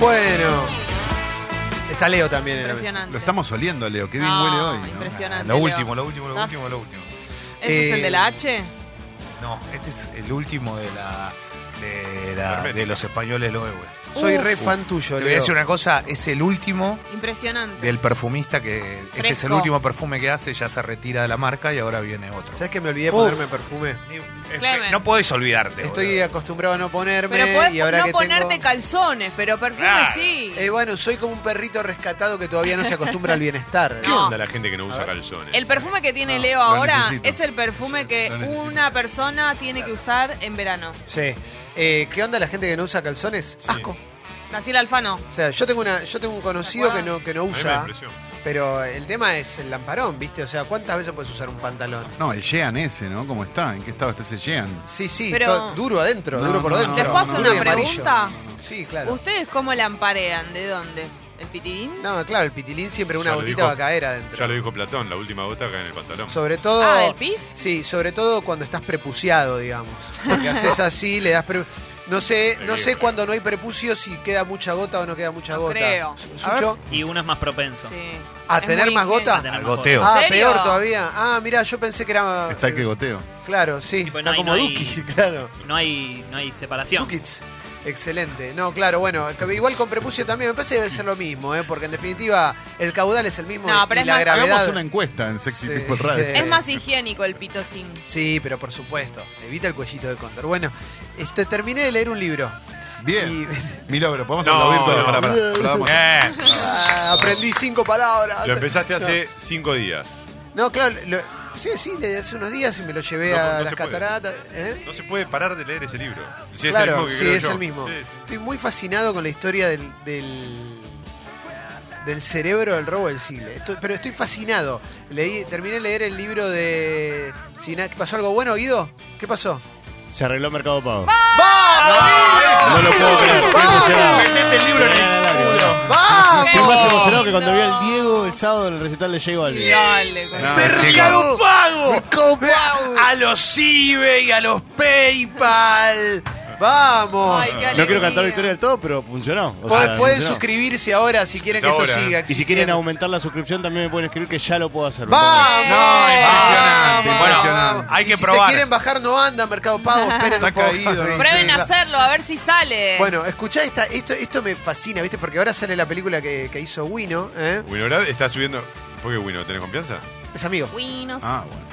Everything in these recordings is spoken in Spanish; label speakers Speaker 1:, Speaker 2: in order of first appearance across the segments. Speaker 1: Bueno. Está Leo también en la mesa.
Speaker 2: Impresionante.
Speaker 3: Lo estamos oliendo, Leo. Qué bien
Speaker 2: No,
Speaker 3: huele hoy. ¿no?
Speaker 2: Impresionante.
Speaker 4: Lo
Speaker 2: Leo.
Speaker 4: último, lo último, lo
Speaker 2: Estás-
Speaker 4: último, lo último.
Speaker 2: ¿Ese es el
Speaker 1: Eh,
Speaker 2: de la H?
Speaker 4: No, este es el último de la de, la-
Speaker 3: Perfecto.
Speaker 4: de los españoles lo güey.
Speaker 1: Soy
Speaker 2: Uf.
Speaker 1: re fan tuyo,
Speaker 4: Te
Speaker 1: Leo.
Speaker 4: voy a decir una cosa, es el último
Speaker 2: Impresionante.
Speaker 4: del perfumista que este es el
Speaker 2: Fresco.
Speaker 4: último perfume que hace, ya se retira de la marca y ahora viene otro.
Speaker 1: ¿Sabes que me olvidé de
Speaker 4: Uf.
Speaker 1: ponerme perfume?
Speaker 4: Es-
Speaker 2: Clemen.
Speaker 4: eh, No podés olvidarte.
Speaker 1: Estoy
Speaker 4: boludo.
Speaker 1: acostumbrado a no ponerme
Speaker 2: Pero
Speaker 1: y
Speaker 2: podés
Speaker 1: ahora
Speaker 2: no
Speaker 1: que
Speaker 2: ponerte
Speaker 1: tengo...
Speaker 2: calzones, pero perfume
Speaker 4: Claro.
Speaker 2: sí.
Speaker 1: Eh, bueno, soy como un perrito rescatado que todavía no se acostumbra al bienestar.
Speaker 5: ¿Qué
Speaker 2: No.
Speaker 5: onda la gente que no usa calzones?
Speaker 2: Ah. El perfume que tiene
Speaker 3: No,
Speaker 2: Leo
Speaker 3: lo
Speaker 2: ahora
Speaker 3: necesito.
Speaker 2: es el perfume que
Speaker 3: Lo necesito.
Speaker 2: una persona tiene que usar en verano.
Speaker 1: Sí. Eh, ¿Qué onda la gente que no usa calzones? Asco.
Speaker 2: Nacil Alfano.
Speaker 1: O sea, yo tengo una, yo tengo un conocido que no, que no
Speaker 5: A mí me
Speaker 1: usa,
Speaker 5: impresiona.
Speaker 1: pero el tema es el lamparón, ¿viste? O sea, ¿cuántas veces puedes usar un pantalón?
Speaker 3: No, el Jean ese, ¿no? ¿Cómo está? ¿En qué estado está ese Jean?
Speaker 1: Sí, sí,
Speaker 2: Pero-
Speaker 1: to- duro adentro,
Speaker 3: No,
Speaker 1: duro por
Speaker 3: no,
Speaker 1: dentro.
Speaker 3: no, ¿Les puedo hacer
Speaker 1: Duro y
Speaker 3: una
Speaker 1: amarillo.
Speaker 2: pregunta?
Speaker 1: Sí, claro.
Speaker 2: ¿Ustedes cómo la amparean? ¿De dónde? ¿El pitidín?
Speaker 1: No, claro, el pitilín siempre una
Speaker 5: Ya lo
Speaker 1: gotita
Speaker 5: dijo-
Speaker 1: va a caer adentro.
Speaker 5: Ya lo dijo Platón, la última gota cae en el pantalón.
Speaker 1: Sobre todo.
Speaker 2: Ah, ¿del pis?
Speaker 1: Sí, sobre todo cuando estás prepuciado, digamos. Porque haces así, le das. pre- No sé, no sé
Speaker 5: Terrible.
Speaker 1: cuando no hay prepucio si queda mucha gota o no queda mucha
Speaker 2: No
Speaker 1: gota.
Speaker 2: creo.
Speaker 1: Sucho,
Speaker 6: Y uno es más propenso.
Speaker 2: Sí.
Speaker 1: ¿A
Speaker 2: Es
Speaker 1: tener
Speaker 2: muy
Speaker 1: más
Speaker 2: ingenio.
Speaker 1: gota?
Speaker 6: A tener
Speaker 4: Al
Speaker 6: más
Speaker 4: goteo.
Speaker 6: jodas.
Speaker 1: ah,
Speaker 2: ¿En serio?
Speaker 1: peor todavía. Ah, mira, yo pensé que era.
Speaker 3: Está el que goteo.
Speaker 1: Claro, sí.
Speaker 6: Y pues
Speaker 1: Está
Speaker 6: no hay-
Speaker 1: como
Speaker 6: no hay-
Speaker 1: Duki, claro.
Speaker 6: No hay, no hay separación.
Speaker 1: Dukits. Excelente. No, claro, bueno, igual con prepucio también me parece que debe ser lo mismo, ¿eh? porque en definitiva el caudal es el mismo
Speaker 2: No, pero
Speaker 1: y
Speaker 2: es
Speaker 1: la
Speaker 2: más-
Speaker 1: gravedad.
Speaker 3: Hagamos una encuesta en Sexy
Speaker 1: Sí.
Speaker 3: People Radio.
Speaker 1: Eh.
Speaker 2: Es más higiénico el pito sin.
Speaker 1: Sí, pero por supuesto, evita el cuellito de cóndor. Bueno, este, terminé de leer un libro.
Speaker 3: Bien.
Speaker 1: Y-
Speaker 3: Milagro, podemos hacerlo
Speaker 5: No,
Speaker 3: virtual.
Speaker 5: no.
Speaker 3: Pará, pará, pará, vamos.
Speaker 4: Eh,
Speaker 1: Ah, aprendí cinco palabras.
Speaker 5: Lo empezaste hace cinco días.
Speaker 1: No, claro, lo- sí, sí, le hace unos días y me lo llevé
Speaker 5: No,
Speaker 1: a
Speaker 5: no
Speaker 1: las
Speaker 5: se puede.
Speaker 1: cataratas. ¿eh?
Speaker 5: No se puede parar de leer ese libro. Si es el
Speaker 1: claro,
Speaker 5: mismo que
Speaker 1: sí,
Speaker 5: creo
Speaker 1: es
Speaker 5: yo.
Speaker 1: el mismo.
Speaker 5: Sí, sí.
Speaker 1: Estoy muy fascinado con la historia del, del, del cerebro del robo del siglo. Estoy- pero estoy fascinado. Leí, terminé de leer el libro de... Sina- ¿Pasó algo bueno, Guido? ¿Qué pasó?
Speaker 7: Se arregló Mercado Pago.
Speaker 1: ¡Vamos!
Speaker 7: No lo puedo creer. Estoy emocionado.
Speaker 4: Metete el libro en el
Speaker 7: Se me van a la lágrima.
Speaker 1: ¡Vamos!
Speaker 7: Estoy más emocionado que cuando
Speaker 2: No.
Speaker 7: vi al Diego el sábado en el recital de J Balvin.
Speaker 2: Dale, pues. con-
Speaker 4: No, chicos.
Speaker 1: ¡Mercado Pago! A los eBay, a los PayPal. ¡Vamos!
Speaker 2: Ay, qué
Speaker 7: No
Speaker 2: alegría.
Speaker 7: quiero cantar la historia del todo, pero funcionó. O sea,
Speaker 1: Pu- pueden
Speaker 7: funcionó.
Speaker 1: suscribirse ahora si quieren que esto
Speaker 5: Ahora.
Speaker 1: siga.
Speaker 7: Y si quieren aumentar la suscripción también me pueden escribir que ya lo puedo hacer.
Speaker 1: ¡Vamos!
Speaker 2: No,
Speaker 4: impresionante,
Speaker 1: Vamos.
Speaker 4: impresionante. Hay
Speaker 1: Y
Speaker 4: que
Speaker 1: si
Speaker 4: probar.
Speaker 1: Se quieren bajar, no anda Mercado Pago. Esperen
Speaker 3: Está
Speaker 1: un poco.
Speaker 3: caído, no
Speaker 2: Prueben a hacerlo, a ver si sale.
Speaker 1: Bueno, escuchá esta, esto, esto me fascina, ¿viste? Porque ahora sale la película que, que hizo Wino, ¿eh?
Speaker 5: Winograd está subiendo. ¿Por qué Wino? ¿Tenés confianza?
Speaker 1: Es amigo.
Speaker 2: Guinos.
Speaker 3: Ah, bueno.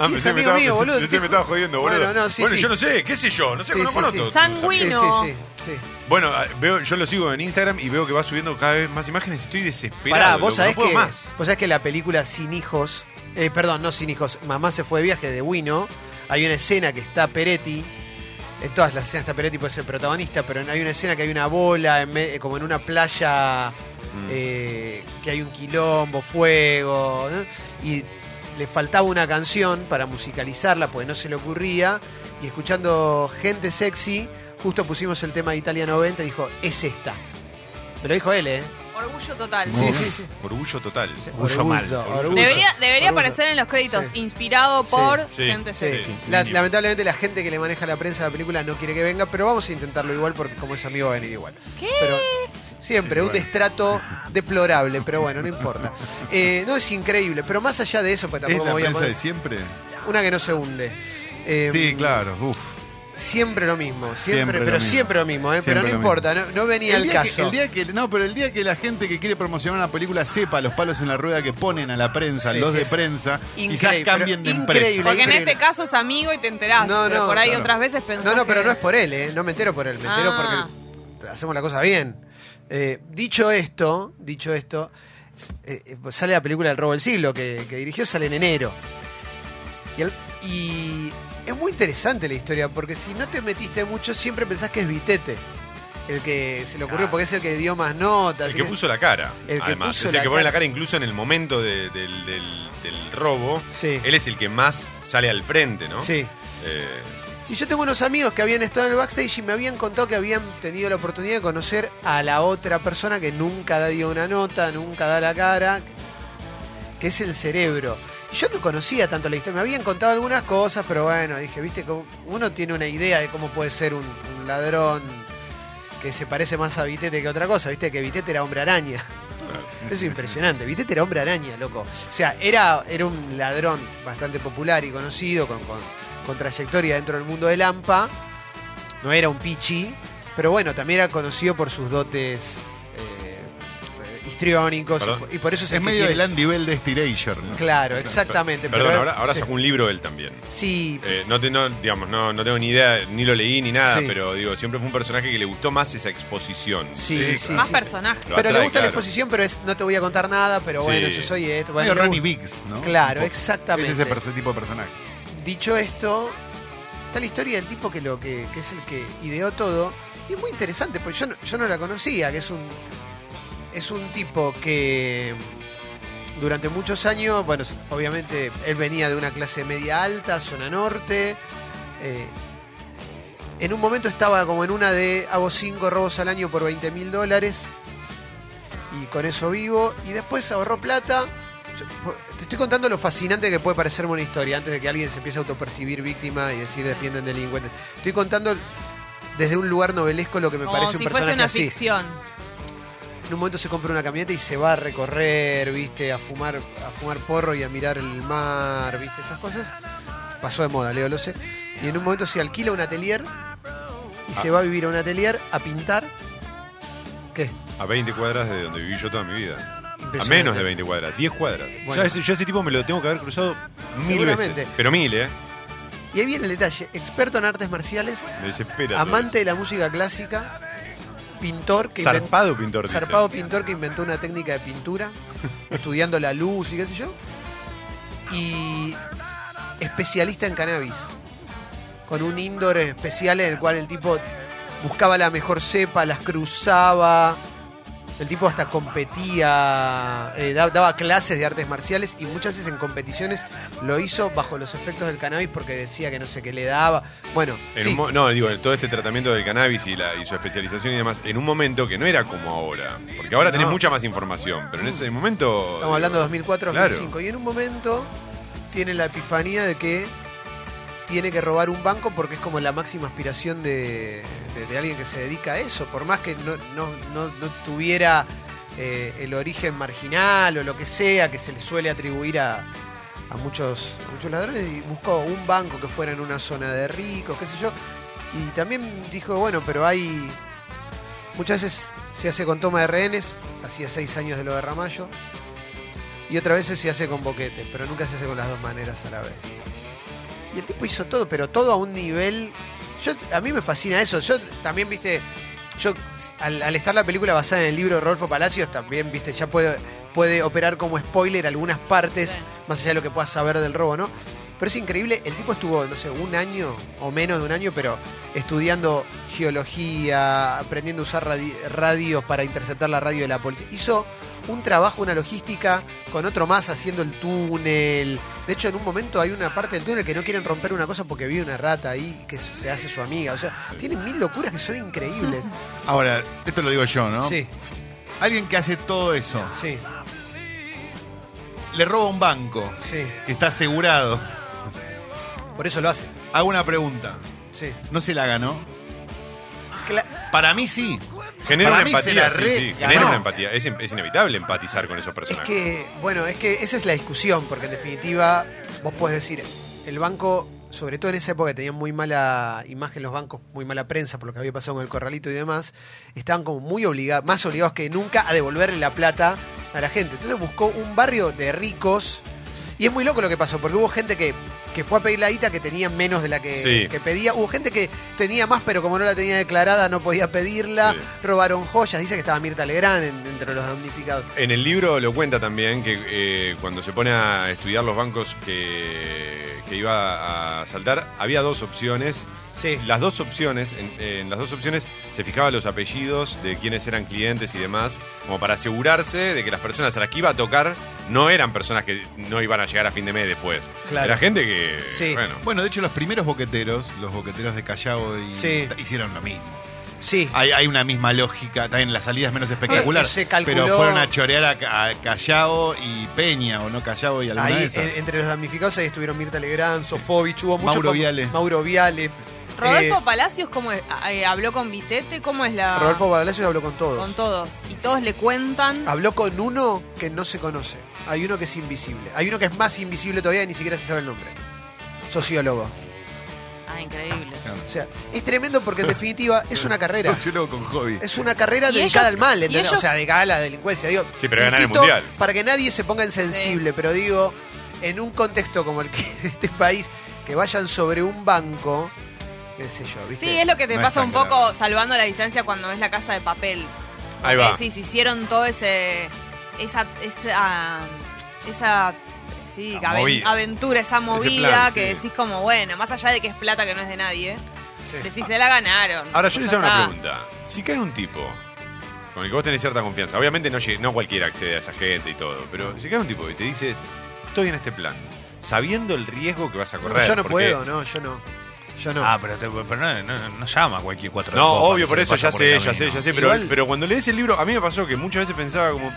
Speaker 1: Sí,
Speaker 5: pensé
Speaker 1: es
Speaker 5: que
Speaker 1: amigo
Speaker 5: me
Speaker 1: mío,
Speaker 5: estaba-
Speaker 1: boludo,
Speaker 5: pensé que
Speaker 1: te ju-
Speaker 5: me estaba jodiendo, boludo.
Speaker 1: Bueno, no, sí,
Speaker 5: Bueno,
Speaker 1: sí.
Speaker 5: yo no sé, qué sé yo, no sé,
Speaker 1: Sí,
Speaker 5: conozco
Speaker 1: sí,
Speaker 5: a
Speaker 1: sí.
Speaker 5: otro.
Speaker 2: San Win- Wino.
Speaker 1: Sí, sí, sí. sí.
Speaker 5: Bueno, ah, veo, yo lo sigo en Instagram y veo que va subiendo cada vez más imágenes. Estoy desesperado.
Speaker 1: Pará,
Speaker 5: loco,
Speaker 1: vos sabés,
Speaker 5: no puedo
Speaker 1: que,
Speaker 5: más.
Speaker 1: vos sabés que la película Sin Hijos, eh, perdón, no Sin Hijos, Mamá se fue de viaje de Wino, hay una escena que está Peretti, en todas las escenas está Peretti, puede ser protagonista, pero hay una escena que hay una bola, en me- eh, como en una playa,
Speaker 5: Mm.
Speaker 1: eh, que hay un quilombo, fuego, ¿no? y le faltaba una canción para musicalizarla, porque no se le ocurría, y escuchando Gente Sexy, justo pusimos el tema de Italia 90 y dijo, es esta. Me lo dijo él, ¿eh?
Speaker 2: Orgullo total.
Speaker 1: Sí, sí, sí.
Speaker 5: Orgullo total.
Speaker 4: Orgullo mal, orgullo.
Speaker 1: orgullo.
Speaker 2: Debería, debería
Speaker 1: Orgullo.
Speaker 2: aparecer en los créditos,
Speaker 1: Sí.
Speaker 2: inspirado por
Speaker 5: Sí,
Speaker 2: gente
Speaker 1: Sí,
Speaker 2: sexy.
Speaker 1: sí.
Speaker 5: sí.
Speaker 1: La- lamentablemente la gente que le maneja la prensa a la película no quiere que venga, pero vamos a intentarlo igual porque como es amigo va a venir igual.
Speaker 2: ¿Qué?
Speaker 1: Pero siempre,
Speaker 5: Sí,
Speaker 1: un
Speaker 5: bueno.
Speaker 1: destrato deplorable, pero bueno, no importa. Eh, no es increíble, pero más allá de eso, pues
Speaker 3: ¿Es
Speaker 1: tampoco me
Speaker 3: la
Speaker 1: voy a
Speaker 3: prensa de
Speaker 1: poner
Speaker 3: siempre?
Speaker 1: una que no se hunde. Eh,
Speaker 3: Sí, claro. Uf.
Speaker 1: Siempre lo mismo, siempre,
Speaker 3: Siempre lo
Speaker 1: pero
Speaker 3: mismo.
Speaker 1: siempre lo mismo, eh, pero
Speaker 3: Siempre
Speaker 1: no
Speaker 3: lo
Speaker 1: importa, no, no venía al
Speaker 3: día que-
Speaker 1: caso.
Speaker 3: el día que, no, pero el día que la gente que quiere promocionar una película sepa los palos en la rueda que ponen a la prensa,
Speaker 1: Sí,
Speaker 3: los
Speaker 1: sí,
Speaker 3: de
Speaker 1: es
Speaker 3: prensa, quizás
Speaker 1: increíble,
Speaker 3: cambien de
Speaker 1: pero
Speaker 3: empresa.
Speaker 1: increíble.
Speaker 2: Porque en
Speaker 1: Increíble.
Speaker 2: este caso es amigo y te enterás.
Speaker 1: No,
Speaker 2: pero
Speaker 1: no,
Speaker 2: por ahí
Speaker 3: claro.
Speaker 2: otras veces pensás
Speaker 1: No, no, pero
Speaker 2: que-
Speaker 1: no es por él, ¿eh? No me entero por él, me entero
Speaker 2: Ah.
Speaker 1: porque hacemos la cosa bien. Eh, dicho esto, dicho esto, eh, eh, sale la película El robo del siglo que, que dirigió, sale en enero. Y, el- y es muy interesante la historia, porque si no te metiste mucho, siempre pensás que es Vitete. El que se le ocurrió, porque es el que dio más notas.
Speaker 5: El
Speaker 1: y
Speaker 5: que puso la cara.
Speaker 1: El que
Speaker 5: además,
Speaker 1: puso
Speaker 5: es el
Speaker 1: la
Speaker 5: que pone
Speaker 1: cara.
Speaker 5: la cara incluso en el momento de- del, del- del robo.
Speaker 1: Sí.
Speaker 5: Él es el que más sale al frente, ¿no?
Speaker 1: Sí.
Speaker 5: Eh,
Speaker 1: Y yo tengo unos amigos que habían estado en el backstage y me habían contado que habían tenido la oportunidad de conocer a la otra persona que nunca da dio una nota, nunca da la cara, que es el cerebro. Y Yo no conocía tanto la historia, me habían contado algunas cosas, pero bueno, dije, viste, como uno tiene una idea de cómo puede ser un, un ladrón que se parece más a Vitete que otra cosa. Viste que Vitete era hombre araña. Eso es impresionante. Vitete era hombre araña, loco. O sea, era, era un ladrón bastante popular y conocido, con, con, con trayectoria dentro del mundo del AMPA. No era un pichi, pero bueno, también era conocido por sus dotes eh, histriónicos.
Speaker 5: Perdón.
Speaker 1: Y por eso es,
Speaker 3: Es
Speaker 1: el que
Speaker 3: medio
Speaker 1: tiene-
Speaker 3: del Andy Bell de Estirager, ¿no?
Speaker 1: Claro, exactamente.
Speaker 5: Perdón,
Speaker 1: pero-
Speaker 5: ahora, ahora
Speaker 1: sí.
Speaker 5: sacó un libro él también.
Speaker 1: Sí,
Speaker 5: Eh, no, te- no, digamos, no, no tengo ni idea, ni lo leí ni nada,
Speaker 1: Sí.
Speaker 5: pero digo, siempre fue un personaje que le gustó más esa exposición.
Speaker 1: sí,
Speaker 3: sí,
Speaker 1: sí,
Speaker 2: Más
Speaker 1: sí.
Speaker 2: personajes.
Speaker 5: Lo
Speaker 1: Pero le
Speaker 5: atrae,
Speaker 1: gusta la
Speaker 5: claro.
Speaker 1: exposición, pero es no te voy a contar nada, pero bueno,
Speaker 5: Sí.
Speaker 1: yo soy esto. bueno,
Speaker 3: Medio
Speaker 1: le
Speaker 3: Ronnie
Speaker 1: gusta.
Speaker 3: Biggs, ¿no?
Speaker 1: Claro,
Speaker 3: Un poco.
Speaker 1: exactamente.
Speaker 3: Es ese perso- tipo de personaje.
Speaker 1: Dicho esto, está la historia del tipo que, lo, que, que es el que ideó todo. Y es muy interesante, porque yo no, yo no la conocía, que es un, es un tipo que durante muchos años, bueno, obviamente él venía de una clase media alta, zona norte. eh, en un momento estaba como en una de hago cinco robos al año por 20 mil dólares y con eso vivo. Y después ahorró plata. Yo- Te estoy contando lo fascinante que puede parecerme una historia antes de que alguien se empiece a autopercibir víctima y decir defienden delincuentes. Estoy contando desde un lugar novelesco lo que me
Speaker 2: Como
Speaker 1: parece
Speaker 2: si
Speaker 1: un
Speaker 2: fuese
Speaker 1: personaje
Speaker 2: una
Speaker 1: así.
Speaker 2: ficción.
Speaker 1: En un momento se compra una camioneta y se va a recorrer, ¿viste? A fumar, a fumar porro y a mirar el mar, ¿viste? Esas cosas. Pasó de moda, Leo, lo sé. Y en un momento se alquila un atelier y
Speaker 5: Ah.
Speaker 1: se va a vivir a un atelier a pintar. ¿Qué?
Speaker 5: A 20 cuadras de donde viví yo toda mi vida. A
Speaker 1: Impresionante.
Speaker 5: menos de 20 cuadras, 10 cuadras.
Speaker 1: Bueno.
Speaker 5: Ya ese- yo a ese tipo me lo tengo que haber cruzado mil
Speaker 1: Seguramente.
Speaker 5: veces. Pero mil, ¿eh?
Speaker 1: Y ahí viene el detalle. Experto en artes marciales,
Speaker 5: Me desespera. todo
Speaker 1: amante de la música clásica, pintor que
Speaker 5: eso.
Speaker 1: inventó-
Speaker 5: Zarpado pintor, dice.
Speaker 1: zarpado pintor que inventó una técnica de pintura, estudiando la luz y qué sé yo. Y especialista en cannabis, con un indoor especial en el cual el tipo buscaba la mejor cepa, las cruzaba. El tipo hasta competía, eh, da- daba clases de artes marciales y muchas veces en competiciones lo hizo bajo los efectos del cannabis porque decía que no sé qué le daba. Bueno,
Speaker 5: En
Speaker 1: sí,
Speaker 5: un mo- no, digo, todo este tratamiento del cannabis y, la, y su especialización y demás, en un momento que no era como ahora. Porque ahora tenés
Speaker 1: No.
Speaker 5: mucha más información, pero en ese momento.
Speaker 1: Estamos hablando de 2004,
Speaker 5: Claro.
Speaker 1: 2005. Y en un momento tiene la epifanía de que tiene que robar un banco porque es como la máxima aspiración de, de- de alguien que se dedica a eso. Por más que no, no- no- no tuviera eh, el origen marginal o lo que sea que se le suele atribuir a, a muchos, a muchos ladrones, y buscó un banco que fuera en una zona de ricos, qué sé yo. Y también dijo, bueno, pero hay... Muchas veces se hace con toma de rehenes, hacía seis años de lo de Ramallo, y otra vez se hace con boquetes, pero nunca se hace con las dos maneras a la vez. Y el tipo hizo todo, pero todo a un nivel. Yo, a mí me fascina eso. Yo también, viste, yo al, al estar la película basada en el libro de Rodolfo Palacios, también, viste, ya puede, puede operar como spoiler algunas partes,
Speaker 2: Sí.
Speaker 1: más allá de lo que puedas saber del robo, ¿no? Pero es increíble, el tipo estuvo, no sé, un año o menos de un año, pero estudiando geología, aprendiendo a usar radi- radios para interceptar la radio de la policía. Hizo un trabajo, una logística, con otro más haciendo el túnel. De hecho, en un momento hay una parte del túnel que no quieren romper una cosa porque vive una rata ahí que se hace su amiga. O sea, tienen mil locuras que son increíbles.
Speaker 3: Ahora, esto lo digo yo, ¿no?
Speaker 1: Sí,
Speaker 3: Alguien que hace todo eso,
Speaker 1: sí,
Speaker 3: le roba un banco
Speaker 1: sí.
Speaker 3: que está asegurado.
Speaker 1: Por eso lo hace.
Speaker 3: Hago una pregunta.
Speaker 1: Sí.
Speaker 3: ¿No se la ganó?
Speaker 1: Cla-
Speaker 3: Para mí sí.
Speaker 5: Genera
Speaker 3: Para
Speaker 5: una
Speaker 3: mí se
Speaker 5: empatía,
Speaker 3: la
Speaker 5: sí,
Speaker 3: re-
Speaker 5: sí,
Speaker 3: ganó.
Speaker 5: Genera una empatía. Es, in- es inevitable empatizar con esos
Speaker 1: Es
Speaker 5: personajes.
Speaker 1: que, bueno, es que esa es la discusión, porque en definitiva vos podés decir, el banco, sobre todo en esa época que tenían muy mala imagen los bancos, muy mala prensa por lo que había pasado con el corralito y demás, estaban como muy obligados, más obligados que nunca a devolverle la plata a la gente. Entonces buscó un barrio de ricos y es muy loco lo que pasó, porque hubo gente que, que fue a pedir la guita que tenía menos de la que,
Speaker 5: Sí.
Speaker 1: que pedía, hubo gente que tenía más, pero como no la tenía declarada no podía pedirla,
Speaker 5: Sí.
Speaker 1: robaron joyas, dice que estaba Mirta Legrand en- entre los damnificados.
Speaker 5: En el libro lo cuenta también que eh, cuando se pone a estudiar los bancos que, que iba a saltar, había dos opciones.
Speaker 1: Sí.
Speaker 5: Las dos opciones, en, en las dos opciones se fijaban los apellidos de quienes eran clientes y demás, como para asegurarse de que las personas a las que iba a tocar no eran personas que no iban a llegar a fin de mes después.
Speaker 1: Claro.
Speaker 5: Era gente que,
Speaker 1: Sí.
Speaker 5: bueno,
Speaker 3: Bueno, de hecho, los primeros boqueteros, los boqueteros de Callao y
Speaker 1: Sí.
Speaker 3: hicieron lo mismo.
Speaker 1: Sí.
Speaker 3: Hay, hay una misma lógica, también la salida es menos espectacular.
Speaker 1: Eh, Se calculó-
Speaker 3: Pero fueron a chorear a, Ca- a Callao y Peña, o no Callao y alguna de
Speaker 1: Ahí, eh,
Speaker 3: esas.
Speaker 1: en- entre los damnificados ahí estuvieron Mirta Legrand, Sofovich, hubo mucho
Speaker 3: Mauro
Speaker 1: fam-
Speaker 3: Viale.
Speaker 1: Mauro Viale.
Speaker 2: Rodolfo
Speaker 1: Eh,
Speaker 2: Palacios, ¿cómo es? Ah, eh, ¿Habló con Vitete? ¿Cómo es la...?
Speaker 1: Rodolfo Ah. Palacios habló con todos.
Speaker 2: Con todos. Y todos le cuentan...
Speaker 1: Habló con uno que no se conoce. Hay uno que es invisible. Hay uno que es más invisible todavía y ni siquiera se sabe el nombre. Sociólogo.
Speaker 2: Ah, increíble.
Speaker 1: O sea, es tremendo porque en definitiva es una carrera.
Speaker 3: Sociólogo con hobby.
Speaker 1: Es una carrera
Speaker 2: Y
Speaker 1: dedicada
Speaker 2: ellos-
Speaker 1: al mal,
Speaker 2: y
Speaker 1: ¿entendés?
Speaker 2: ellos-
Speaker 1: O sea, dedicada a la delincuencia. Digo,
Speaker 5: Sí, pero ganar el
Speaker 1: insisto,
Speaker 5: Mundial.
Speaker 1: Para que nadie se ponga insensible, pero digo, en un contexto como el que de este país, que vayan sobre un banco, qué sé yo, ¿viste?
Speaker 2: Sí, es lo que te
Speaker 3: No es
Speaker 2: pasa
Speaker 3: tan
Speaker 2: un poco
Speaker 3: grave.
Speaker 2: salvando la distancia cuando ves la casa de papel.
Speaker 5: Ahí
Speaker 2: Porque
Speaker 5: va.
Speaker 2: Sí, se hicieron todo ese. Esa. Esa. esa sí,
Speaker 5: La
Speaker 2: aven-
Speaker 5: movida.
Speaker 2: aventura, esa movida
Speaker 5: plan,
Speaker 2: que
Speaker 5: sí.
Speaker 2: decís como, bueno, más allá de que es plata que no es de nadie,
Speaker 1: Sí.
Speaker 2: decís, se la ganaron.
Speaker 5: Ahora, yo
Speaker 2: Pues
Speaker 5: les hago una
Speaker 2: está.
Speaker 5: pregunta. Si cae un tipo con el que vos tenés cierta confianza, obviamente no, llegue- no cualquiera accede a esa gente y todo, pero si cae un tipo y te dice, estoy en este plan, sabiendo el riesgo que vas a
Speaker 1: No,
Speaker 5: correr.
Speaker 1: yo no
Speaker 5: porque-
Speaker 1: puedo, no, yo no. Yo no.
Speaker 4: Ah, pero, te- pero no, no- no llama a cualquier cuatro de
Speaker 5: No,
Speaker 4: copas
Speaker 5: obvio,
Speaker 4: que
Speaker 5: por
Speaker 4: se
Speaker 5: eso
Speaker 4: pasa
Speaker 5: ya
Speaker 4: por
Speaker 5: sé,
Speaker 4: el
Speaker 5: ya sé,
Speaker 4: camino.
Speaker 5: ya sé. Pero,
Speaker 1: Igual-
Speaker 5: pero cuando lees el libro, a mí me pasó que muchas veces pensaba como,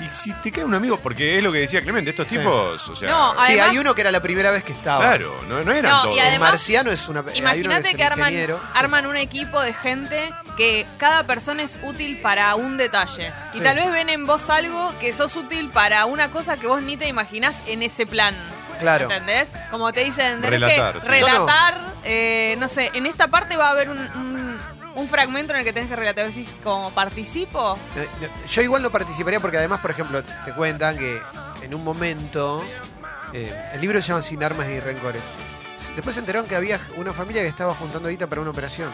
Speaker 5: ¿y si te cae un amigo? Porque es lo que decía Clemente, estos tipos, o sea.
Speaker 2: No,
Speaker 1: sí,
Speaker 2: además-
Speaker 1: hay uno que era la primera vez que estaba.
Speaker 5: claro, no, no eran
Speaker 2: No, y
Speaker 5: todos.
Speaker 1: El
Speaker 2: además-
Speaker 1: marciano es una. Eh, hay uno es
Speaker 2: Imagínate
Speaker 1: el
Speaker 2: que arman,
Speaker 1: ingeniero.
Speaker 2: arman un equipo de gente que cada persona es útil para un detalle. Y
Speaker 1: Sí.
Speaker 2: tal vez ven en vos algo que sos útil para una cosa que vos ni te imaginás en ese plan.
Speaker 1: Claro.
Speaker 2: ¿Entendés? Como te dicen, tenés
Speaker 5: Relatar,
Speaker 2: que
Speaker 5: sí.
Speaker 2: relatar, eh, no sé, en esta parte va a haber un, un- un fragmento en el que tenés que relatar. Vos Decís, como participo,
Speaker 1: No, no, Eh, Yo igual no participaría porque además, por ejemplo, te cuentan que en un momento eh, el libro se llama Sin armas ni rencores. S- Después se enteraron que había una familia que estaba juntando guita para una operación.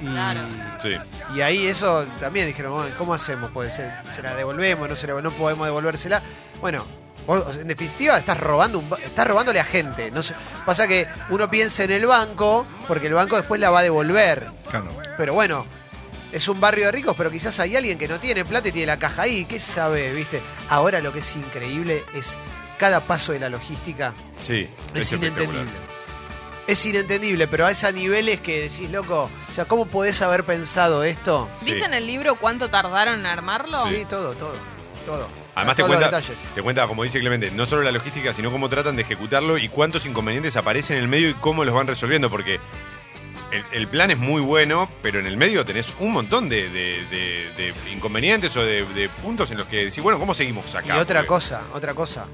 Speaker 1: Y,
Speaker 2: Claro.
Speaker 5: Sí.
Speaker 1: y ahí eso también dijeron, "Bueno, ¿cómo hacemos? Pues se, se la devolvemos, no se la- no podemos devolvérsela. Bueno, vos, o sea, en definitiva estás robando un ba- estás robándole a gente. No sé- pasa que uno piensa en el banco porque el banco después la va a devolver.
Speaker 3: Claro.
Speaker 1: Pero bueno, es un barrio de ricos, pero quizás hay alguien que no tiene plata y tiene la caja ahí. ¿Qué sabe, viste? Ahora lo que es increíble es cada paso de la logística es,
Speaker 5: Sí, es espectacular.
Speaker 1: inentendible. Es inentendible, pero a esos niveles que decís, loco, o sea, ¿cómo podés haber pensado esto?
Speaker 5: Sí.
Speaker 2: ¿viste en el libro cuánto tardaron en armarlo?
Speaker 1: Sí, todo, todo, todo.
Speaker 5: Además te
Speaker 1: Todos los
Speaker 5: cuenta,
Speaker 1: detalles.
Speaker 5: te cuenta, como dice Clemente, no solo la logística, sino cómo tratan de ejecutarlo y cuántos inconvenientes aparecen en el medio y cómo los van resolviendo, porque el, el plan es muy bueno, pero en el medio tenés un montón de, de- de- de inconvenientes o de, de puntos en los que decís, bueno, ¿cómo seguimos
Speaker 1: Y
Speaker 5: acá?
Speaker 1: otra
Speaker 5: Porque-
Speaker 1: cosa, otra cosa.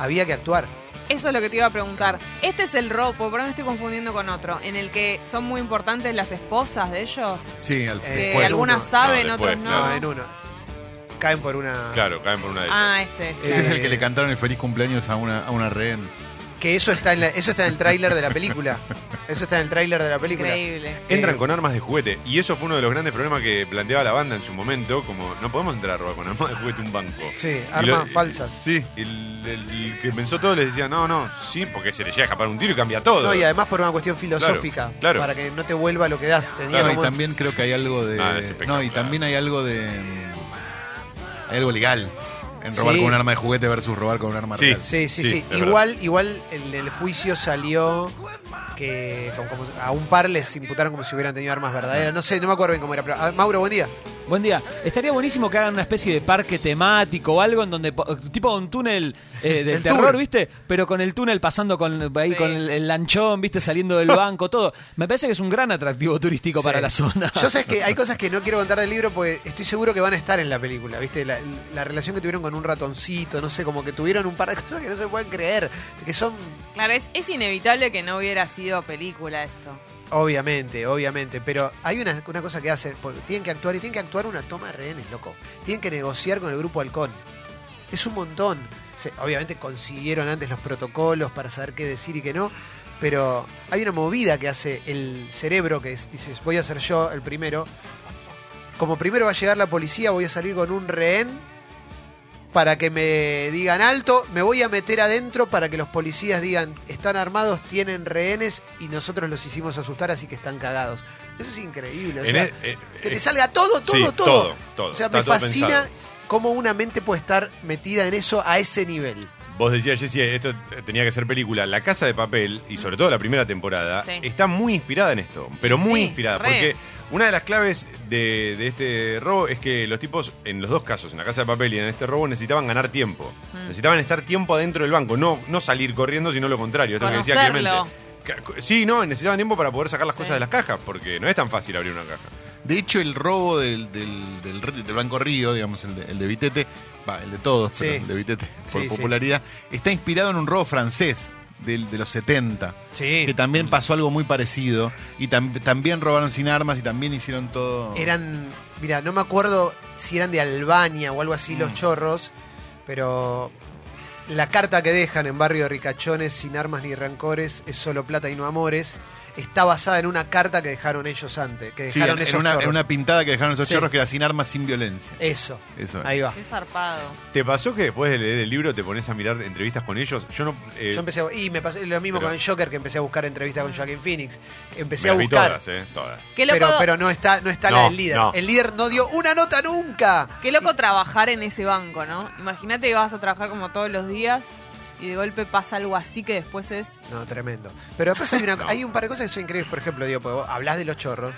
Speaker 1: Había que actuar.
Speaker 2: Eso es lo que te iba a preguntar. Este es el ropo, pero me estoy confundiendo con otro, en el que son muy importantes las esposas de ellos.
Speaker 3: Sí, al fin.
Speaker 2: Que
Speaker 1: Eh, Después
Speaker 2: algunas
Speaker 1: uno.
Speaker 2: saben,
Speaker 5: No,
Speaker 2: otros
Speaker 5: después,
Speaker 2: no.
Speaker 5: claro.
Speaker 1: No, en uno. Caen por una.
Speaker 5: Claro, caen por una de ellas.
Speaker 2: Ah, este.
Speaker 1: Eh,
Speaker 3: es el que le cantaron el feliz cumpleaños a una, a una rehén.
Speaker 1: Que eso está en, la- eso está en el tráiler de la película. Eso está en el tráiler de la película.
Speaker 2: Increíble.
Speaker 5: Entran con armas de juguete y eso fue uno de los grandes problemas que planteaba la banda en su momento, como no podemos entrar a robar con armas de juguete a un banco.
Speaker 1: Sí,
Speaker 5: Y
Speaker 1: armas
Speaker 5: lo-
Speaker 1: falsas.
Speaker 5: Sí, el, el que pensó todo les decía, no, no, sí, porque se le llega a escapar un tiro y cambia todo.
Speaker 1: No, y además por una cuestión filosófica.
Speaker 5: Claro, claro.
Speaker 1: Para que no te vuelva lo que das. Tenía
Speaker 3: Claro, y
Speaker 1: como-
Speaker 3: también creo que hay algo de.
Speaker 5: Ah, es espectacular.
Speaker 3: no, y también hay algo de. mm, Hay algo legal en robar
Speaker 1: Sí.
Speaker 3: con un arma de juguete versus robar con un arma
Speaker 5: Sí.
Speaker 3: real.
Speaker 1: Sí, sí,
Speaker 5: Sí,
Speaker 1: sí.
Speaker 5: es
Speaker 1: Igual, igual en el juicio salió que como- como a un par les imputaron como si hubieran tenido armas verdaderas. No sé, no me acuerdo bien cómo era. Pero, a ver, Mauro, buen día.
Speaker 8: Buen día. Estaría buenísimo que hagan una especie de parque temático o algo en donde, po- tipo un túnel eh, del
Speaker 1: El
Speaker 8: terror,
Speaker 1: túnel.
Speaker 8: ¿viste? Pero con el túnel pasando con, ahí
Speaker 2: Sí.
Speaker 8: con el, el lanchón, ¿viste? Saliendo del banco, todo. Me parece que es un gran atractivo turístico para
Speaker 1: Sí.
Speaker 8: la zona.
Speaker 1: Yo sé que hay cosas que no quiero contar del libro porque estoy seguro que van a estar en la película, ¿viste? La, la relación que tuvieron con un ratoncito, no sé, como que tuvieron un par de cosas que no se pueden creer, que son
Speaker 2: Claro, es, es inevitable que no hubiera sido película esto.
Speaker 1: Obviamente, obviamente, pero hay una, una cosa que hacen, porque tienen que actuar y tienen que actuar una toma de rehenes, loco. Tienen que negociar con el grupo Halcón. Es un montón. Se- obviamente consiguieron antes los protocolos para saber qué decir y qué no, pero hay una movida que hace el cerebro que es, dices, voy a ser yo el primero. Como primero va a llegar la policía, voy a salir con un rehén para que me digan alto, me voy a meter adentro para que los policías digan, están armados, tienen rehenes y nosotros los hicimos asustar, así que están cagados. Eso es increíble. o
Speaker 5: En
Speaker 1: sea,
Speaker 5: e- eh,
Speaker 1: que te
Speaker 5: eh,
Speaker 1: salga todo, todo,
Speaker 5: sí,
Speaker 1: todo.
Speaker 5: todo, todo.
Speaker 1: O sea,
Speaker 5: Está
Speaker 1: me
Speaker 5: todo
Speaker 1: fascina
Speaker 5: pensado.
Speaker 1: cómo una mente puede estar metida en eso a ese nivel.
Speaker 5: Vos decías, Jessy, esto eh, tenía que ser película. La Casa de Papel, y sobre todo la primera temporada,
Speaker 2: Sí.
Speaker 5: está muy inspirada en esto. Pero muy
Speaker 2: Sí,
Speaker 5: inspirada.
Speaker 2: re.
Speaker 5: Porque una de las claves de, de este robo es que los tipos, en los dos casos, en la Casa de Papel y en este robo, necesitaban ganar tiempo.
Speaker 2: Mm.
Speaker 5: Necesitaban estar tiempo adentro del banco. No, no salir corriendo, sino lo contrario. Esto que decía
Speaker 2: Conocerlo.
Speaker 5: Clemente. Ca- cu- Sí, no, necesitaban tiempo para poder sacar las cosas
Speaker 2: Sí.
Speaker 5: de las cajas, porque no es tan fácil abrir una caja.
Speaker 3: De hecho, el robo del, del, del ri- del Banco Río, digamos, el de, el de Vitete, va, el de todos,
Speaker 1: Sí.
Speaker 3: pero el de Vitete por
Speaker 1: Sí, sí.
Speaker 3: popularidad, está inspirado en un robo francés del, de los 70,
Speaker 1: Sí.
Speaker 3: que también pasó algo muy parecido, y tam- también robaron sin armas y también hicieron todo...
Speaker 1: Eran, mira, no me acuerdo si eran de Albania o algo así
Speaker 5: Mm.
Speaker 1: los chorros, pero la carta que dejan en Barrio de Ricachones, sin armas ni rancores, es solo plata y no amores, está basada en una carta que dejaron ellos antes, que
Speaker 3: Sí,
Speaker 1: dejaron
Speaker 3: en, en
Speaker 1: esos
Speaker 3: una, en
Speaker 1: chorros.
Speaker 3: una pintada que dejaron esos
Speaker 1: Sí.
Speaker 3: chorros que era sin armas, sin violencia.
Speaker 1: Eso,
Speaker 3: Eso
Speaker 5: Ah.
Speaker 3: es.
Speaker 1: ahí va.
Speaker 2: Qué zarpado.
Speaker 5: ¿Te pasó que después de leer el libro te pones a mirar entrevistas con ellos? Yo no. eh,
Speaker 1: Yo empecé a- y me pasó lo mismo
Speaker 5: pero- Ah.
Speaker 1: con el Joker que empecé a buscar entrevistas con Joaquín Phoenix. Empecé
Speaker 5: me
Speaker 1: a
Speaker 5: las vi
Speaker 1: buscar.
Speaker 5: todas, ¿eh? Todas.
Speaker 2: Qué loco,
Speaker 1: pero, pero no está, no está la
Speaker 5: No,
Speaker 1: del líder.
Speaker 5: no.
Speaker 1: El líder no dio una nota nunca.
Speaker 2: qué loco trabajar en ese banco, ¿no? Imagínate que vas a trabajar como todos los días y de golpe pasa algo así que después es.
Speaker 1: No, tremendo. Pero después hay, una-
Speaker 5: No.
Speaker 1: hay un par de cosas que son increíbles. Por ejemplo, digo, porque vos hablás de los chorros,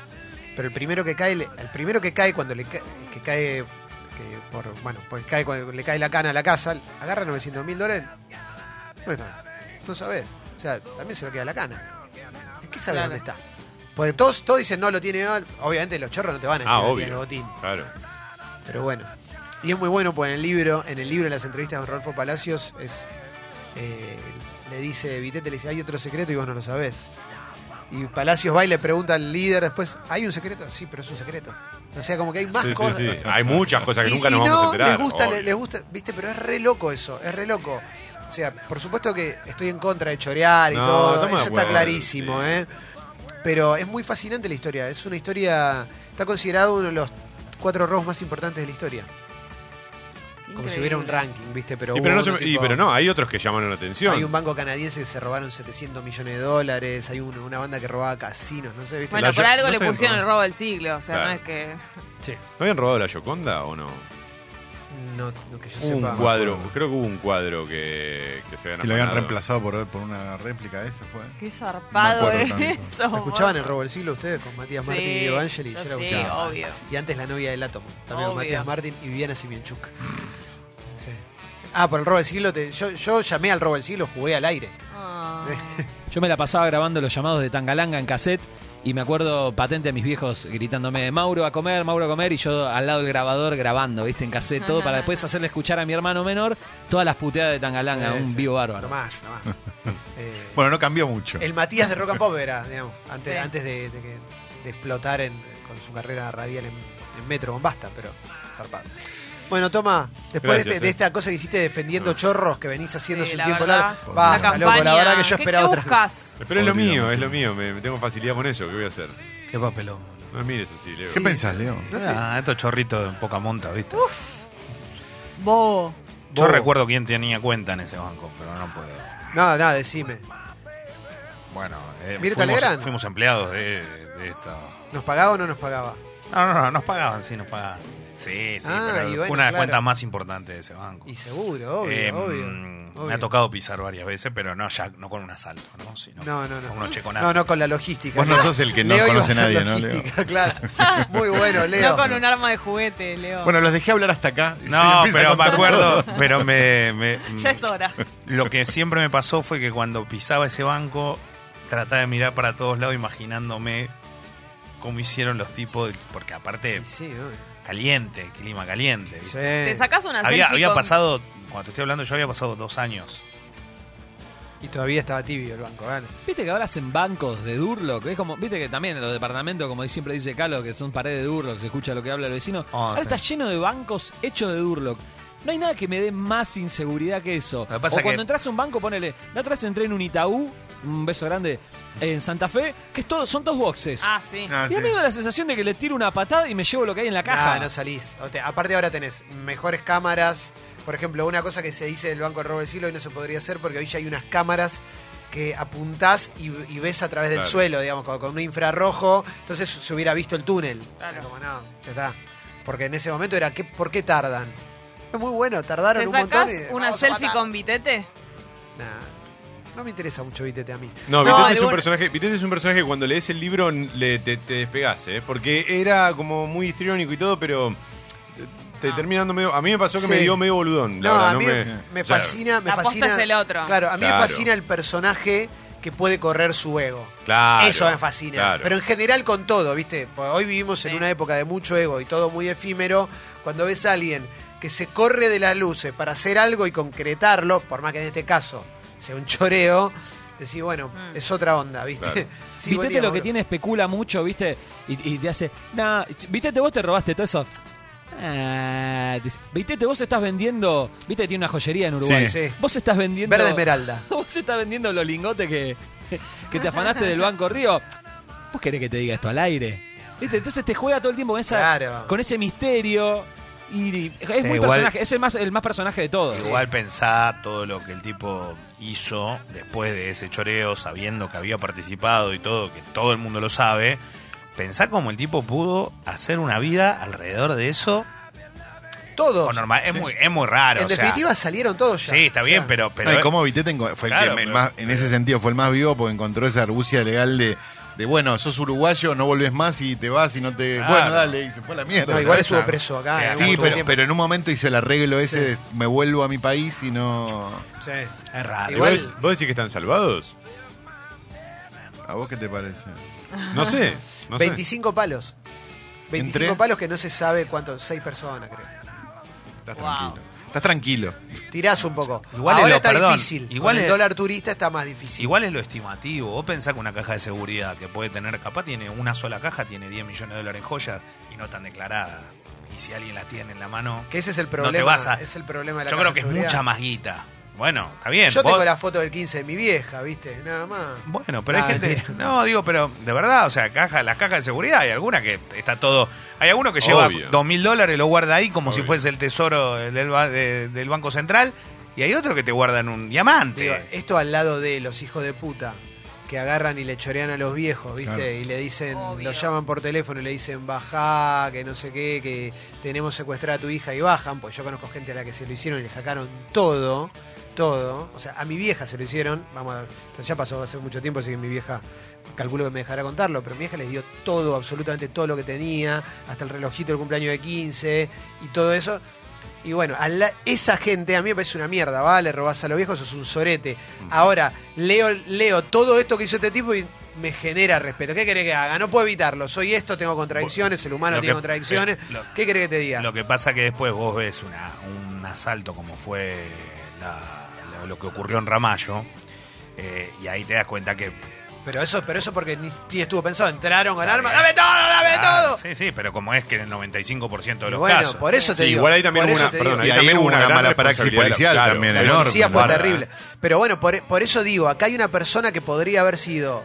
Speaker 1: pero el primero que cae, le- el primero que cae cuando le cae, que cae, que por, bueno, pues cae cuando le cae la cana a la casa, agarra 900 mil dólares. No está. No sabés. O sea, también se lo queda la cana. ¿Qué sabe
Speaker 2: Claro.
Speaker 1: dónde está? Porque todos, todos dicen no lo tiene. mal". Obviamente los chorros no te van a decir
Speaker 5: Ah,
Speaker 1: que
Speaker 5: obvio.
Speaker 1: tiene el botín.
Speaker 5: Claro.
Speaker 1: Pero bueno. Y es muy bueno porque en el libro, en el libro de las entrevistas con Rodolfo Palacios, es, eh, le dice Vitete, le dice, hay otro secreto y vos no lo sabés. Y Palacios va y le pregunta al líder después, ¿hay un secreto? Sí, pero es un secreto. O sea, como que hay más
Speaker 5: Sí, sí,
Speaker 1: cosas.
Speaker 5: sí. Hay muchas cosas que
Speaker 1: Y
Speaker 5: nunca
Speaker 1: si
Speaker 5: nos vamos
Speaker 1: no,
Speaker 5: a enterar.
Speaker 1: les gusta, le-
Speaker 5: obvio.
Speaker 1: les gusta, viste, pero es re loco eso, es re loco. O sea, por supuesto que estoy en contra de chorear y
Speaker 5: No,
Speaker 1: todo,
Speaker 5: estamos de
Speaker 1: eso está
Speaker 5: acuerdo,
Speaker 1: clarísimo,
Speaker 5: sí.
Speaker 1: ¿eh? Pero es muy fascinante la historia, es una historia, está considerado uno de los cuatro robos más importantes de la historia. Como si hubiera un
Speaker 2: rango
Speaker 1: ranking, ¿viste? Pero,
Speaker 5: Y
Speaker 1: hubo
Speaker 5: pero, no
Speaker 1: uno
Speaker 5: se- y
Speaker 1: tipo-
Speaker 5: pero no, hay otros que llamaron la atención.
Speaker 1: Hay un banco canadiense que se robaron 700 millones de dólares, hay un- una banda que robaba casinos, no sé, ¿viste?
Speaker 2: Bueno,
Speaker 5: La
Speaker 2: por
Speaker 5: yo-
Speaker 2: algo
Speaker 5: no
Speaker 2: le
Speaker 5: sé,
Speaker 2: pusieron
Speaker 5: ¿no?
Speaker 2: el robo del siglo, o sea,
Speaker 5: Claro.
Speaker 2: no es que.
Speaker 5: ¿No habían robado la Yoconda o no?
Speaker 1: No, no que yo
Speaker 5: Hubo un
Speaker 1: sepa.
Speaker 5: cuadro, creo que hubo un cuadro que, que se habían
Speaker 3: Que lo habían
Speaker 5: afanado.
Speaker 3: reemplazado por, por una réplica de ese, fue.
Speaker 2: Qué zarpado
Speaker 3: acuerdo
Speaker 2: es
Speaker 3: tanto.
Speaker 2: eso.
Speaker 1: ¿Escuchaban el robo del siglo ustedes con Matías
Speaker 2: Oh. Sí,
Speaker 1: Martín y Diego Angeli?
Speaker 2: yo
Speaker 1: Yo la
Speaker 2: sí,
Speaker 1: escuchaba.
Speaker 2: obvio.
Speaker 1: Y antes la novia del átomo, también con
Speaker 2: Obvio.
Speaker 1: Matías Martín y Viviana Simienchuk. Sí. Ah, por el robo del siglo, te- yo, yo llamé al robo del siglo, jugué al aire.
Speaker 2: Ah.
Speaker 8: Yo me la pasaba grabando los llamados de Tangalanga en cassette y me acuerdo patente a mis viejos gritándome, Mauro a comer, Mauro a comer, y yo al lado del grabador grabando, ¿viste? En cassette, todo, para después hacerle escuchar a mi hermano menor todas las puteadas de Tangalanga,
Speaker 1: Sí,
Speaker 8: un
Speaker 1: sí.
Speaker 8: vivo
Speaker 1: No
Speaker 8: bárbaro.
Speaker 1: más, no más. Eh,
Speaker 3: Bueno, no cambió mucho.
Speaker 1: El Matías de Rock and Pop era, digamos, antes,
Speaker 2: Sí.
Speaker 1: antes de, de que- de explotar en- con su carrera radial en, en Metro Bombasta, pero zarpado. Bueno, toma, después
Speaker 5: Gracias,
Speaker 1: de, este- de
Speaker 5: eh.
Speaker 1: esta cosa que hiciste defendiendo
Speaker 3: Ah.
Speaker 5: No.
Speaker 1: chorros que venís haciendo
Speaker 2: Sí,
Speaker 1: hace un
Speaker 2: la
Speaker 1: tiempo
Speaker 2: verdad,
Speaker 1: largo,
Speaker 3: la
Speaker 1: basta,
Speaker 2: Una
Speaker 1: Ah, loco, la verdad
Speaker 2: campaña.
Speaker 1: que yo
Speaker 2: ¿Qué-
Speaker 1: esperaba
Speaker 2: ¿Qué
Speaker 1: otra cosa.
Speaker 2: buscas?
Speaker 5: Pero es lo
Speaker 3: Podrido.
Speaker 5: mío, es lo mío. Me, me tengo facilidad con eso. ¿Qué voy a hacer?
Speaker 4: Qué papelón. boludo.
Speaker 5: No me mires así, Leo.
Speaker 3: ¿Qué pensás, Leo?
Speaker 1: No te-
Speaker 4: Ah, estos chorritos en poca monta, ¿viste?
Speaker 2: Bo.
Speaker 4: Yo
Speaker 1: Bobo.
Speaker 4: recuerdo quién tenía cuenta en ese banco, pero no puedo.
Speaker 1: No, no, decime.
Speaker 4: Bueno, eh,
Speaker 1: Mirta
Speaker 4: fuimos,
Speaker 1: Legrand.
Speaker 4: fuimos empleados de, de esto.
Speaker 1: ¿Nos pagaba o no nos pagaba?
Speaker 4: No, no, no, nos pagaban, sí, nos pagaban. Sí, sí,
Speaker 1: Ah,
Speaker 4: pero
Speaker 1: y bueno,
Speaker 4: fue una de las
Speaker 1: claro.
Speaker 4: cuentas más importantes de ese banco.
Speaker 1: Y seguro, obvio,
Speaker 3: Em,
Speaker 4: Eh,
Speaker 1: obvio,
Speaker 4: mm,
Speaker 1: obvio.
Speaker 4: Me ha tocado pisar varias veces, pero no ya, no con un asalto, ¿no? Sino
Speaker 1: No, no, no.
Speaker 4: con unos checonazos.
Speaker 1: No, no, con la logística.
Speaker 3: Vos no sos el que no
Speaker 1: Leo iba a
Speaker 3: conoce
Speaker 1: hacer
Speaker 3: nadie, ¿no, Leo?
Speaker 1: logística, Claro. Muy bueno, Leo.
Speaker 2: No con un arma de juguete, Leo.
Speaker 3: Bueno, los dejé hablar hasta acá. y se
Speaker 4: No,
Speaker 3: empieza a
Speaker 4: pero me
Speaker 3: contar todo.
Speaker 4: acuerdo, pero me, me- mm,
Speaker 2: ya es hora.
Speaker 4: lo que siempre me pasó fue que cuando pisaba ese banco trataba de mirar para todos lados imaginándome cómo hicieron los tipos, del- porque aparte
Speaker 1: Y Sí, obvio.
Speaker 4: caliente, clima caliente. ¿viste?
Speaker 1: Sí.
Speaker 2: Te sacas una
Speaker 4: Eh, Había,
Speaker 2: Ah, selfie
Speaker 4: había
Speaker 2: con-
Speaker 4: pasado, cuando te estoy hablando yo había pasado dos años.
Speaker 1: Y todavía estaba tibio el banco, ¿vale?
Speaker 8: Viste que ahora hacen bancos de Durlock, es como, viste que también los departamentos, como siempre dice Calo, que son paredes de Durlock, se escucha lo que habla el vecino.
Speaker 4: Ah,
Speaker 8: ahora
Speaker 4: sí.
Speaker 8: está lleno de bancos hechos de Durlock. No hay nada que me dé más inseguridad que eso.
Speaker 4: Lo que pasa
Speaker 8: o cuando
Speaker 4: que-
Speaker 8: entras a un banco, ponele. La otra vez entré en un Itaú, un beso grande, en Santa Fe, que es todo, son dos boxes.
Speaker 2: Ah, sí.
Speaker 3: Ah,
Speaker 8: y
Speaker 3: sí.
Speaker 8: a mí me da la sensación de que le tiro una patada y me llevo lo que hay en la caja.
Speaker 1: Ah, no salís. O te- aparte ahora tenés mejores cámaras. Por ejemplo, una cosa que se dice del Banco de Robo del Siglo y no se podría hacer porque hoy ya hay unas cámaras que apuntás y, y ves a través del
Speaker 5: Claro.
Speaker 1: suelo, digamos, con, con un infrarrojo. Entonces se hubiera visto el túnel.
Speaker 2: Claro.
Speaker 1: Era Como, no, ya está. Porque en ese momento era, ¿qué, ¿por qué tardan? Es muy bueno, tardaron
Speaker 2: ¿Te
Speaker 1: un montón.
Speaker 2: sacas
Speaker 1: y-
Speaker 2: una
Speaker 1: vamos a
Speaker 2: selfie
Speaker 1: matar.
Speaker 2: con Vitete?
Speaker 1: Nah, no me interesa mucho Vitete a mí.
Speaker 5: No,
Speaker 2: No,
Speaker 5: Vitete, es un
Speaker 2: alguna-
Speaker 5: personaje, Vitete es un personaje que cuando lees el libro le, te, te despegás, ¿eh? Porque era como muy histriónico y todo, pero eh, te,
Speaker 2: Ah.
Speaker 5: terminando medio. A mí me pasó que
Speaker 1: Sí.
Speaker 5: me dio medio boludón. La
Speaker 1: no,
Speaker 5: verdad,
Speaker 1: a mí
Speaker 5: no
Speaker 1: me,
Speaker 5: me. o sea,
Speaker 1: fascina, me
Speaker 2: La posta
Speaker 1: fascina.
Speaker 2: es el otro.
Speaker 1: Claro, a mí me
Speaker 5: Claro.
Speaker 1: fascina el personaje que puede correr su ego.
Speaker 5: Claro,
Speaker 1: Eso me fascina.
Speaker 5: claro.
Speaker 1: Pero en general con todo, ¿viste? Porque hoy vivimos en
Speaker 2: Sí.
Speaker 1: una época de mucho ego y todo muy efímero. Cuando ves a alguien que se corre de las luces para hacer algo y concretarlo, por más que en este caso sea un choreo, decís, bueno,
Speaker 2: Mm.
Speaker 1: es otra onda, ¿viste?
Speaker 5: Claro.
Speaker 1: Sí, buen día,
Speaker 8: Vitete este lo que
Speaker 1: Mauro.
Speaker 8: tiene especula mucho, ¿viste? Y, y te hace, nah, ch- Vitete, vos te robaste todo eso. Ah, te dice, Vitete, vos estás vendiendo, viste que tiene una joyería en Uruguay.
Speaker 1: Sí.
Speaker 8: Vos estás vendiendo
Speaker 1: Verde Esmeralda.
Speaker 8: Vos estás vendiendo los lingotes que, que te afanaste del Banco Río. Vos querés que te diga esto al aire. ¿Viste? Entonces te juega todo el tiempo con, esa,
Speaker 1: Claro.
Speaker 8: con ese misterio. Y es muy
Speaker 4: igual-
Speaker 8: personaje, es el más, el más personaje de todos.
Speaker 4: Igual pensá todo lo que el tipo hizo después de ese choreo, sabiendo que había participado y todo, que todo el mundo lo sabe. Pensá cómo el tipo pudo hacer una vida alrededor de eso.
Speaker 1: Todos.
Speaker 4: O normal, es, muy, es muy raro.
Speaker 1: en
Speaker 4: o sea,
Speaker 1: definitiva salieron todos ya.
Speaker 4: sí, está
Speaker 1: O
Speaker 4: bien,
Speaker 1: sea,
Speaker 4: pero. pero
Speaker 3: no, y cómo Vitete enco- fue el
Speaker 4: Claro,
Speaker 3: que el
Speaker 4: pero-
Speaker 3: más- en ese sentido fue el más vivo porque encontró esa argucia legal de, de bueno, sos uruguayo, no volvés más y te vas y no te.
Speaker 4: Claro.
Speaker 3: Bueno, dale, y se fue a la mierda.
Speaker 1: No, igual
Speaker 4: Claro,
Speaker 1: estuvo
Speaker 4: claro.
Speaker 1: preso acá.
Speaker 4: Sí,
Speaker 1: eh,
Speaker 4: sí,
Speaker 3: sí,
Speaker 1: estuvo
Speaker 3: pero,
Speaker 1: tiempo.
Speaker 3: pero en un momento hizo el arreglo ese
Speaker 1: Sí.
Speaker 3: de me vuelvo a mi país y no.
Speaker 1: Sí.
Speaker 4: Es raro.
Speaker 5: ¿Y
Speaker 1: Igual-
Speaker 5: ¿Vos, vos decís que están salvados?
Speaker 3: ¿A vos qué te parece?
Speaker 5: No sé. No sé.
Speaker 1: 25 palos. 25
Speaker 3: Entré.
Speaker 1: palos que no se sabe cuántos, 6 personas creo.
Speaker 3: Estás
Speaker 2: Wow.
Speaker 3: tranquilo. Estás tranquilo.
Speaker 1: Tirás un poco.
Speaker 4: Igual es
Speaker 1: Ahora
Speaker 4: lo-
Speaker 1: está
Speaker 4: perdón,
Speaker 1: difícil.
Speaker 4: igual
Speaker 1: Con el
Speaker 4: es-
Speaker 1: dólar turista está más difícil.
Speaker 4: Igual es lo estimativo. Vos pensás que una caja de seguridad que puede tener, capaz tiene una sola caja, tiene 10 millones de dólares en joyas y no tan declarada. Y si alguien la tiene en la mano.
Speaker 1: Que ese es el
Speaker 4: te
Speaker 1: problema.
Speaker 4: vas a-
Speaker 1: Es el problema de la
Speaker 4: Yo
Speaker 1: caja
Speaker 4: creo que es
Speaker 1: de seguridad.
Speaker 4: mucha más guita. Bueno, está bien.
Speaker 1: Yo
Speaker 4: vos-
Speaker 1: tengo la foto del 15 de mi vieja, ¿viste? Nada más.
Speaker 4: Bueno, pero
Speaker 1: Ah,
Speaker 4: hay gente.
Speaker 1: mentira.
Speaker 4: No, digo, pero de verdad, o sea, caja, las cajas de seguridad, hay alguna que está todo. Hay alguno que lleva
Speaker 5: Obvio.
Speaker 4: dos mil dólares, lo guarda ahí como si
Speaker 5: Obvio.
Speaker 4: fuese el tesoro del, ba- de- del Banco Central, y hay otro que te guarda en un diamante.
Speaker 1: Digo, eh, esto al lado de los hijos de puta que agarran y le chorean a los viejos, ¿viste?
Speaker 3: Claro.
Speaker 1: Y le dicen, lo
Speaker 2: Obvio.
Speaker 1: llaman por teléfono y le dicen, bajá, que no sé qué, que tenemos secuestrada a tu hija y bajan, pues yo conozco gente a la que se lo hicieron y le sacaron todo, todo. O sea, a mi vieja se lo hicieron, vamos, a- ya pasó hace mucho tiempo, así que mi vieja, calculo que me dejará contarlo, pero mi vieja les dio todo, absolutamente todo lo que tenía, hasta el relojito del cumpleaños de 15 y todo eso. Y bueno, a la- esa gente a mí me parece una mierda, ¿vale? Robás a los viejos, sos un sorete.
Speaker 4: Mm.
Speaker 1: Ahora, leo, leo todo esto que hizo este tipo y me genera respeto. ¿Qué querés que haga? No puedo evitarlo. Soy esto, tengo contradicciones, el humano
Speaker 4: Lo
Speaker 1: tiene
Speaker 4: que-
Speaker 1: contradicciones.
Speaker 4: eh, lo-
Speaker 1: ¿Qué querés que te diga?
Speaker 4: Lo que pasa que después vos ves una- un asalto como fue la- la- lo que ocurrió en Ramallo, eh, y ahí te das cuenta que.
Speaker 1: Pero eso, pero eso porque ni, ni estuvo pensado. Entraron con
Speaker 4: Está
Speaker 1: armas.
Speaker 4: bien.
Speaker 1: ¡Dame todo, dame
Speaker 4: Ah,
Speaker 1: todo!
Speaker 4: Sí, sí, pero como es que en el 95% de los
Speaker 1: bueno,
Speaker 4: casos.
Speaker 1: por eso te
Speaker 5: Sí,
Speaker 1: digo.
Speaker 5: igual ahí también
Speaker 1: por
Speaker 5: hubo
Speaker 1: eso
Speaker 5: una-
Speaker 1: te
Speaker 5: perdón,
Speaker 1: digo.
Speaker 5: ahí
Speaker 3: Y
Speaker 5: también
Speaker 3: también
Speaker 5: hubo
Speaker 3: una
Speaker 5: una gran
Speaker 3: mala praxis
Speaker 5: responsabilidad
Speaker 3: policial
Speaker 5: de la- claro,
Speaker 3: también
Speaker 5: la
Speaker 1: La
Speaker 3: enorme.
Speaker 1: policía fue
Speaker 5: Bárbara,
Speaker 1: terrible.
Speaker 5: ¿eh?
Speaker 1: Pero bueno, por, por eso digo, acá hay una persona que podría haber sido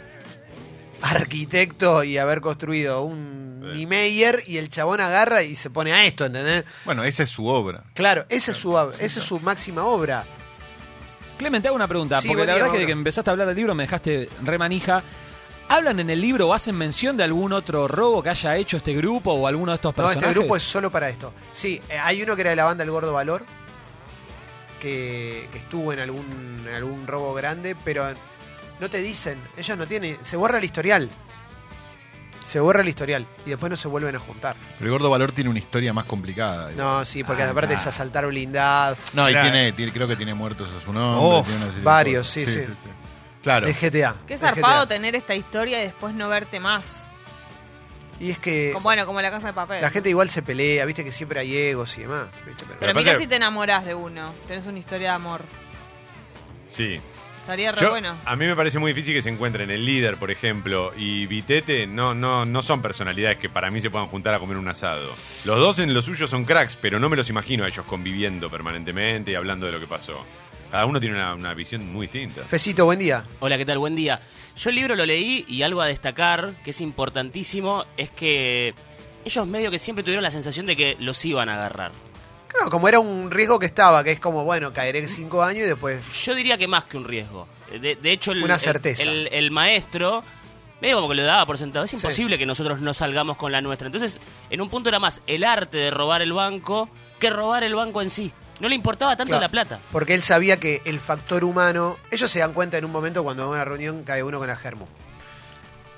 Speaker 1: arquitecto y haber construido un
Speaker 5: Sí.
Speaker 1: Niemeyer y el chabón agarra y se pone a esto, ¿entendés?
Speaker 3: Bueno, esa es su obra.
Speaker 1: Claro, esa es su, esa es su máxima obra.
Speaker 8: Clemente, hago una pregunta,
Speaker 1: Sí,
Speaker 8: porque
Speaker 1: buen
Speaker 8: la
Speaker 1: día,
Speaker 8: verdad es que,
Speaker 1: Mauro.
Speaker 8: de que empezaste a hablar del libro me dejaste remanija. ¿Hablan en el libro o hacen mención de algún otro robo que haya hecho este grupo o alguno de estos
Speaker 1: No,
Speaker 8: personajes?
Speaker 1: este grupo es solo para esto. Sí, eh, hay uno que era de la banda El Gordo Valor, que, que estuvo en algún, en algún robo grande, pero no te dicen, ellos no tienen, se borra el historial. Se borra el historial y después no se vuelven a juntar.
Speaker 3: Pero el Gordo Valor tiene una historia más complicada. igual.
Speaker 1: No, sí, porque
Speaker 4: Ah,
Speaker 1: aparte
Speaker 4: claro.
Speaker 1: es asaltar blindado.
Speaker 3: No, y
Speaker 4: Claro.
Speaker 3: tiene, tiene- creo que tiene muertos a su nombre.
Speaker 4: Uf,
Speaker 3: tiene una serie de
Speaker 1: varios,
Speaker 3: cosas.
Speaker 1: sí, sí.
Speaker 3: Claro.
Speaker 1: De GTA.
Speaker 2: Qué
Speaker 1: de
Speaker 2: zarpado
Speaker 1: GTA.
Speaker 2: tener esta historia y después no verte más.
Speaker 1: Y es que
Speaker 2: Como, bueno, como la casa de papel.
Speaker 1: Eh, la gente igual se pelea, viste que siempre hay egos y demás. ¿viste? Pero-
Speaker 5: Pero
Speaker 2: Pero a mí
Speaker 5: pasa-
Speaker 2: casi te enamorás de uno. Tenés una historia de amor.
Speaker 5: Sí.
Speaker 2: Estaría re
Speaker 5: Yo-
Speaker 2: bueno.
Speaker 5: a mí me parece muy difícil que se encuentren el líder, por ejemplo, y Vitete no, no, no son personalidades que para mí se puedan juntar a comer un asado. Los dos en lo suyo son cracks, pero no me los imagino a ellos conviviendo permanentemente y hablando de lo que pasó. Cada uno tiene una, una visión muy distinta.
Speaker 1: Fecito, buen día.
Speaker 9: Hola, ¿qué tal? Buen día. Yo el libro lo leí y algo a destacar que es importantísimo es que ellos medio que siempre tuvieron la sensación de que los iban a agarrar.
Speaker 1: Claro, como era un riesgo que estaba, que es como, bueno, caeré cinco años y después
Speaker 9: Yo diría que más que un riesgo. De, de hecho, el,
Speaker 1: Una
Speaker 9: el-
Speaker 1: certeza.
Speaker 9: El, el maestro medio como que lo daba por sentado. Es imposible que nosotros no salgamos con la nuestra. Entonces, en un punto era más el arte de robar el banco que robar el banco en sí. No le importaba tanto
Speaker 1: Claro.
Speaker 9: la plata.
Speaker 1: Porque él sabía que el factor humano. Ellos se dan cuenta en un momento cuando en una reunión cae uno con la Germu.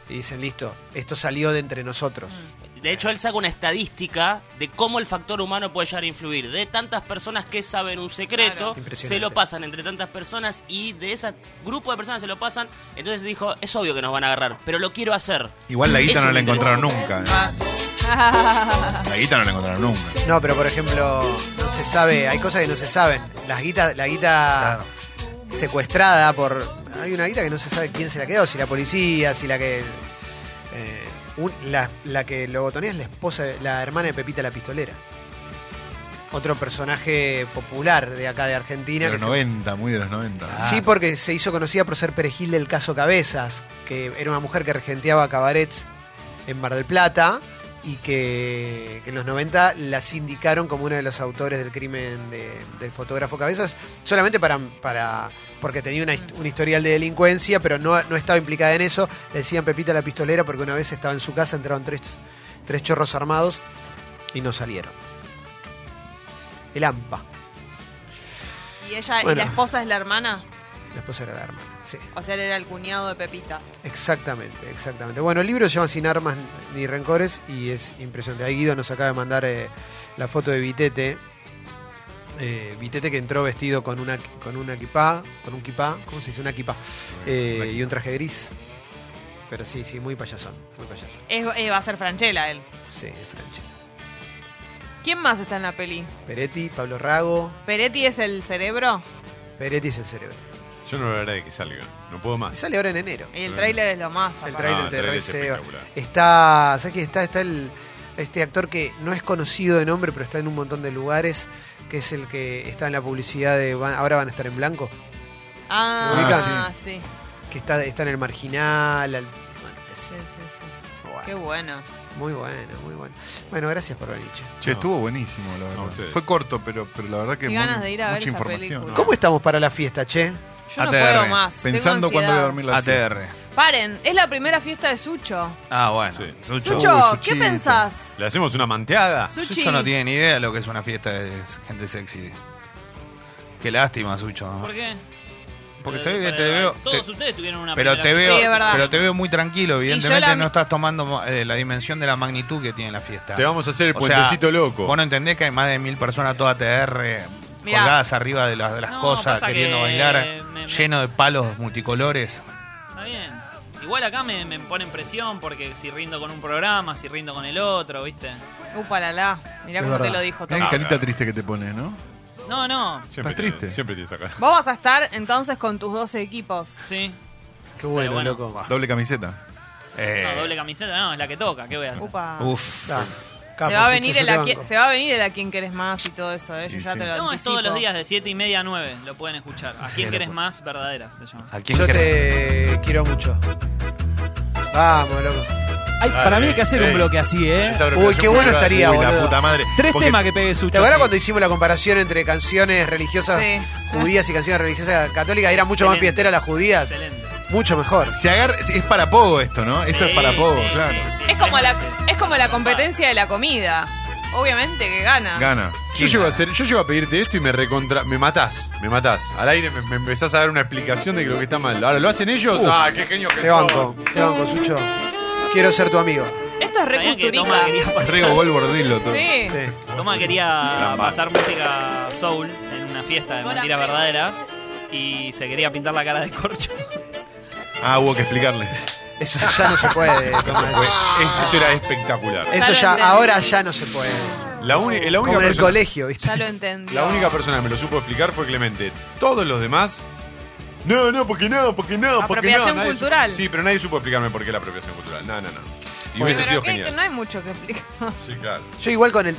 Speaker 1: y dicen, listo, esto salió de entre nosotros.
Speaker 2: Mm.
Speaker 9: De hecho, él saca una estadística de cómo el factor humano puede llegar a influir. De tantas personas que saben un secreto,
Speaker 2: Claro.
Speaker 1: Impresionante.
Speaker 9: se lo pasan entre tantas personas y de ese grupo de personas se lo pasan. Entonces dijo, es obvio que nos van a agarrar, pero lo quiero hacer.
Speaker 3: Igual la guita
Speaker 9: Eso
Speaker 3: no
Speaker 9: me
Speaker 3: la
Speaker 9: interesa.
Speaker 3: encontraron nunca. ¿eh? La guita no la encontraron nunca.
Speaker 1: No, pero por ejemplo, no se sabe, hay cosas que no se saben. Las guita, la guita secuestrada por. Hay una guita que no se sabe quién se la quedó, si la policía, si la que. eh, un- la, la que logotonía es la esposa, de- la hermana de Pepita la Pistolera. Otro personaje popular de acá de Argentina.
Speaker 3: De los
Speaker 1: que se-
Speaker 3: 90, muy de los 90.
Speaker 1: Sí, porque se hizo conocida por ser perejil del caso Cabezas, que era una mujer que regenteaba cabarets en Mar del Plata y que, que en los 90 la sindicaron como uno de los autores del crimen de- del fotógrafo Cabezas, solamente para, para porque tenía una hist- un historial de delincuencia, pero no, no estaba implicada en eso. Le decían Pepita la pistolera porque una vez estaba en su casa, entraron tres, tres chorros armados y no salieron. El AMPA,
Speaker 2: Y ella, y
Speaker 1: Bueno.
Speaker 2: la esposa es la hermana.
Speaker 1: después era la hermana, sí.
Speaker 2: O sea, él era el cuñado de Pepita.
Speaker 1: Exactamente, exactamente. Bueno, el libro se llama Sin armas ni rencores y es impresionante. Ahí Guido nos acaba de mandar eh, la foto de Vitete. Eh, Vitete que entró vestido con una con una kipá, con un kipá, ¿cómo se dice? Una kipá. Eh, y un traje gris. Pero sí, sí, muy payasón, muy payasón.
Speaker 2: Es- eh, va a ser Franchella él.
Speaker 1: Sí, Franchella.
Speaker 2: ¿Quién más está en la peli?
Speaker 1: Peretti, Pablo Rago.
Speaker 2: ¿Peretti es el cerebro?
Speaker 1: Peretti es el cerebro.
Speaker 5: Yo no lo haré de que salga. No puedo más.
Speaker 1: Sale ahora en enero.
Speaker 2: Y
Speaker 4: Mm.
Speaker 2: el tráiler es lo más.
Speaker 1: El
Speaker 2: aparte.
Speaker 1: tráiler
Speaker 5: No, el
Speaker 1: te
Speaker 5: tráiler es
Speaker 1: reseo.
Speaker 5: espectacular.
Speaker 1: Está, ¿sabes quién está? Está el, este actor que no es conocido de nombre, pero está en un montón de lugares, que es el que está en la publicidad de Van- ahora van a estar en blanco,
Speaker 2: Ah,
Speaker 3: Ah,
Speaker 2: sí.
Speaker 1: que está, está en el marginal. al- bueno, es-
Speaker 2: Sí, sí, sí.
Speaker 1: bueno,
Speaker 2: Qué bueno.
Speaker 1: Muy bueno, muy bueno. Bueno, gracias por venir. che.
Speaker 3: Che, estuvo buenísimo, la verdad.
Speaker 5: No, ustedes.
Speaker 3: Fue corto, pero, pero la verdad que
Speaker 2: Qué
Speaker 3: muy-
Speaker 2: ganas de ir a ver
Speaker 3: mucha
Speaker 2: esa
Speaker 3: información.
Speaker 2: película.
Speaker 1: ¿Cómo estamos para la fiesta, che?
Speaker 2: Yo no
Speaker 4: ATR.
Speaker 2: puedo más. Tengo
Speaker 3: Pensando cuándo voy
Speaker 2: ansiedad.
Speaker 3: a dormir la
Speaker 4: Ah,
Speaker 3: siesta.
Speaker 4: ATR.
Speaker 2: Paren, es la primera fiesta de Sucho.
Speaker 4: Ah, bueno.
Speaker 5: Sí.
Speaker 4: Sucho.
Speaker 2: Sucho,
Speaker 3: Uy,
Speaker 2: ¿qué
Speaker 3: Suchito.
Speaker 2: pensás?
Speaker 5: ¿Le hacemos una manteada?
Speaker 2: Suchi.
Speaker 4: Sucho no tiene ni idea de lo que es una fiesta de gente sexy. Qué lástima, Sucho. ¿no?
Speaker 6: ¿Por qué?
Speaker 4: Porque
Speaker 6: Pero-
Speaker 4: sabés
Speaker 6: pero-
Speaker 4: que te veo.
Speaker 6: Todos
Speaker 4: te-
Speaker 6: ustedes tuvieron una
Speaker 4: pero
Speaker 6: primera
Speaker 4: te
Speaker 6: vez.
Speaker 4: veo,
Speaker 2: Sí, es verdad.
Speaker 4: pero te veo muy tranquilo, evidentemente
Speaker 2: la-
Speaker 4: no estás tomando eh, la dimensión de la magnitud que tiene la fiesta.
Speaker 5: Te vamos a hacer el
Speaker 4: O sea,
Speaker 5: puentecito loco.
Speaker 4: Vos no entendés que hay más de mil personas toda TR
Speaker 2: Mirá.
Speaker 4: colgadas arriba de las, de las
Speaker 6: No,
Speaker 4: cosas,
Speaker 6: pasa
Speaker 4: queriendo
Speaker 6: que
Speaker 4: bailar,
Speaker 6: me- me-
Speaker 4: lleno de palos multicolores.
Speaker 6: Está bien. Igual acá me, me ponen presión porque si rindo con un programa, si rindo con el otro, ¿viste?
Speaker 2: Upa la la. Mirá
Speaker 1: Es
Speaker 2: cómo te
Speaker 1: verdad.
Speaker 2: lo dijo
Speaker 3: Mirá
Speaker 2: todo.
Speaker 3: qué
Speaker 5: Ah,
Speaker 3: carita
Speaker 5: claro.
Speaker 3: triste que te pones, ¿no?
Speaker 6: No, no.
Speaker 5: Siempre
Speaker 3: ¿Estás
Speaker 5: tiene-
Speaker 3: triste?
Speaker 5: Siempre tienes acá.
Speaker 2: Vos vas a estar entonces con tus dos equipos.
Speaker 6: Sí.
Speaker 1: Qué bueno,
Speaker 6: bueno,
Speaker 1: loco.
Speaker 3: Doble camiseta.
Speaker 4: Eh,
Speaker 6: No, doble camiseta, no, es la que toca, ¿qué voy a hacer?
Speaker 2: Upa.
Speaker 4: Uf.
Speaker 1: Ah, capo,
Speaker 2: se, va a
Speaker 1: Sucho,
Speaker 2: venir
Speaker 1: yo
Speaker 2: el
Speaker 1: te
Speaker 2: a qui-
Speaker 1: banco.
Speaker 2: se va a venir el a quien querés más y todo eso, ¿eh? Yo
Speaker 3: Sí,
Speaker 2: ya
Speaker 3: sí.
Speaker 2: te lo
Speaker 6: No, es todos
Speaker 2: anticipo.
Speaker 6: los días de 7 y media a 9, lo pueden escuchar. ¿A quién querés más? Verdaderas, se llama.
Speaker 4: ¿A quién
Speaker 1: Yo
Speaker 4: crees?
Speaker 1: te quiero mucho. Vamos, loco.
Speaker 8: Ay,
Speaker 5: Dale,
Speaker 8: para mí hay que hacer
Speaker 5: ey.
Speaker 8: un bloque así, ¿eh?
Speaker 5: Esa abreviación
Speaker 1: Uy, qué bueno
Speaker 5: cultural.
Speaker 1: estaría,
Speaker 3: Uy,
Speaker 1: boludo.
Speaker 3: la puta madre.
Speaker 8: Tres
Speaker 3: Porque
Speaker 8: temas que pegue Sucho.
Speaker 1: ¿Te acuerdas
Speaker 8: sí.
Speaker 1: cuando hicimos la comparación entre canciones religiosas
Speaker 2: Sí.
Speaker 1: judías y canciones religiosas católicas? Era mucho más
Speaker 6: Excelente.
Speaker 1: fiestera las judías.
Speaker 6: Excelente.
Speaker 1: Mucho mejor.
Speaker 3: Se agarra, es para poco esto, ¿no? Esto es
Speaker 6: Sí,
Speaker 3: para poco,
Speaker 6: sí,
Speaker 3: claro.
Speaker 6: sí, sí.
Speaker 2: Es como la,
Speaker 6: Tres meses.
Speaker 2: es como la competencia de la comida. Obviamente que gana.
Speaker 3: Gana.
Speaker 5: Yo llego, a hacer, yo llego a pedirte esto y me recontra. Me matás, me matás. Al aire me, me empezás a dar una explicación de que lo que está mal. Ahora, ¿lo hacen ellos?
Speaker 3: Uh.
Speaker 5: ¡Ah, qué genio que
Speaker 1: Te
Speaker 5: son!
Speaker 1: banco, te banco, Sucho. Quiero ser tu amigo.
Speaker 2: Esto es re
Speaker 6: Sabían que
Speaker 2: costurica.
Speaker 6: Toma quería pasar,
Speaker 3: Rego gol bordilo todo.
Speaker 2: Sí.
Speaker 1: Sí.
Speaker 6: Toma quería pasar música soul en una fiesta de mentiras verdaderas y se quería pintar la cara de corcho.
Speaker 3: Ah, hubo que explicarle.
Speaker 1: Eso ya no se puede. Tomás.
Speaker 5: Fue- Eso era espectacular.
Speaker 1: Eso ya,
Speaker 2: entendí.
Speaker 1: ahora ya no se puede.
Speaker 5: La, uni- la única
Speaker 1: Como en el
Speaker 5: persona-
Speaker 1: colegio, ¿viste?
Speaker 2: Ya lo entendí.
Speaker 5: La única persona que me lo supo explicar fue Clemente. Todos los demás. No, no, porque no, porque no, porque no.
Speaker 2: Apropiación
Speaker 5: Nadie su-
Speaker 2: cultural.
Speaker 5: Sí, pero nadie supo explicarme por qué la apropiación cultural. No, no, no. Y
Speaker 1: Bueno.
Speaker 5: hubiese
Speaker 2: Pero
Speaker 5: sido
Speaker 2: que- que
Speaker 5: genial.
Speaker 2: no hay mucho que explicar.
Speaker 5: Sí, claro.
Speaker 1: Yo igual con el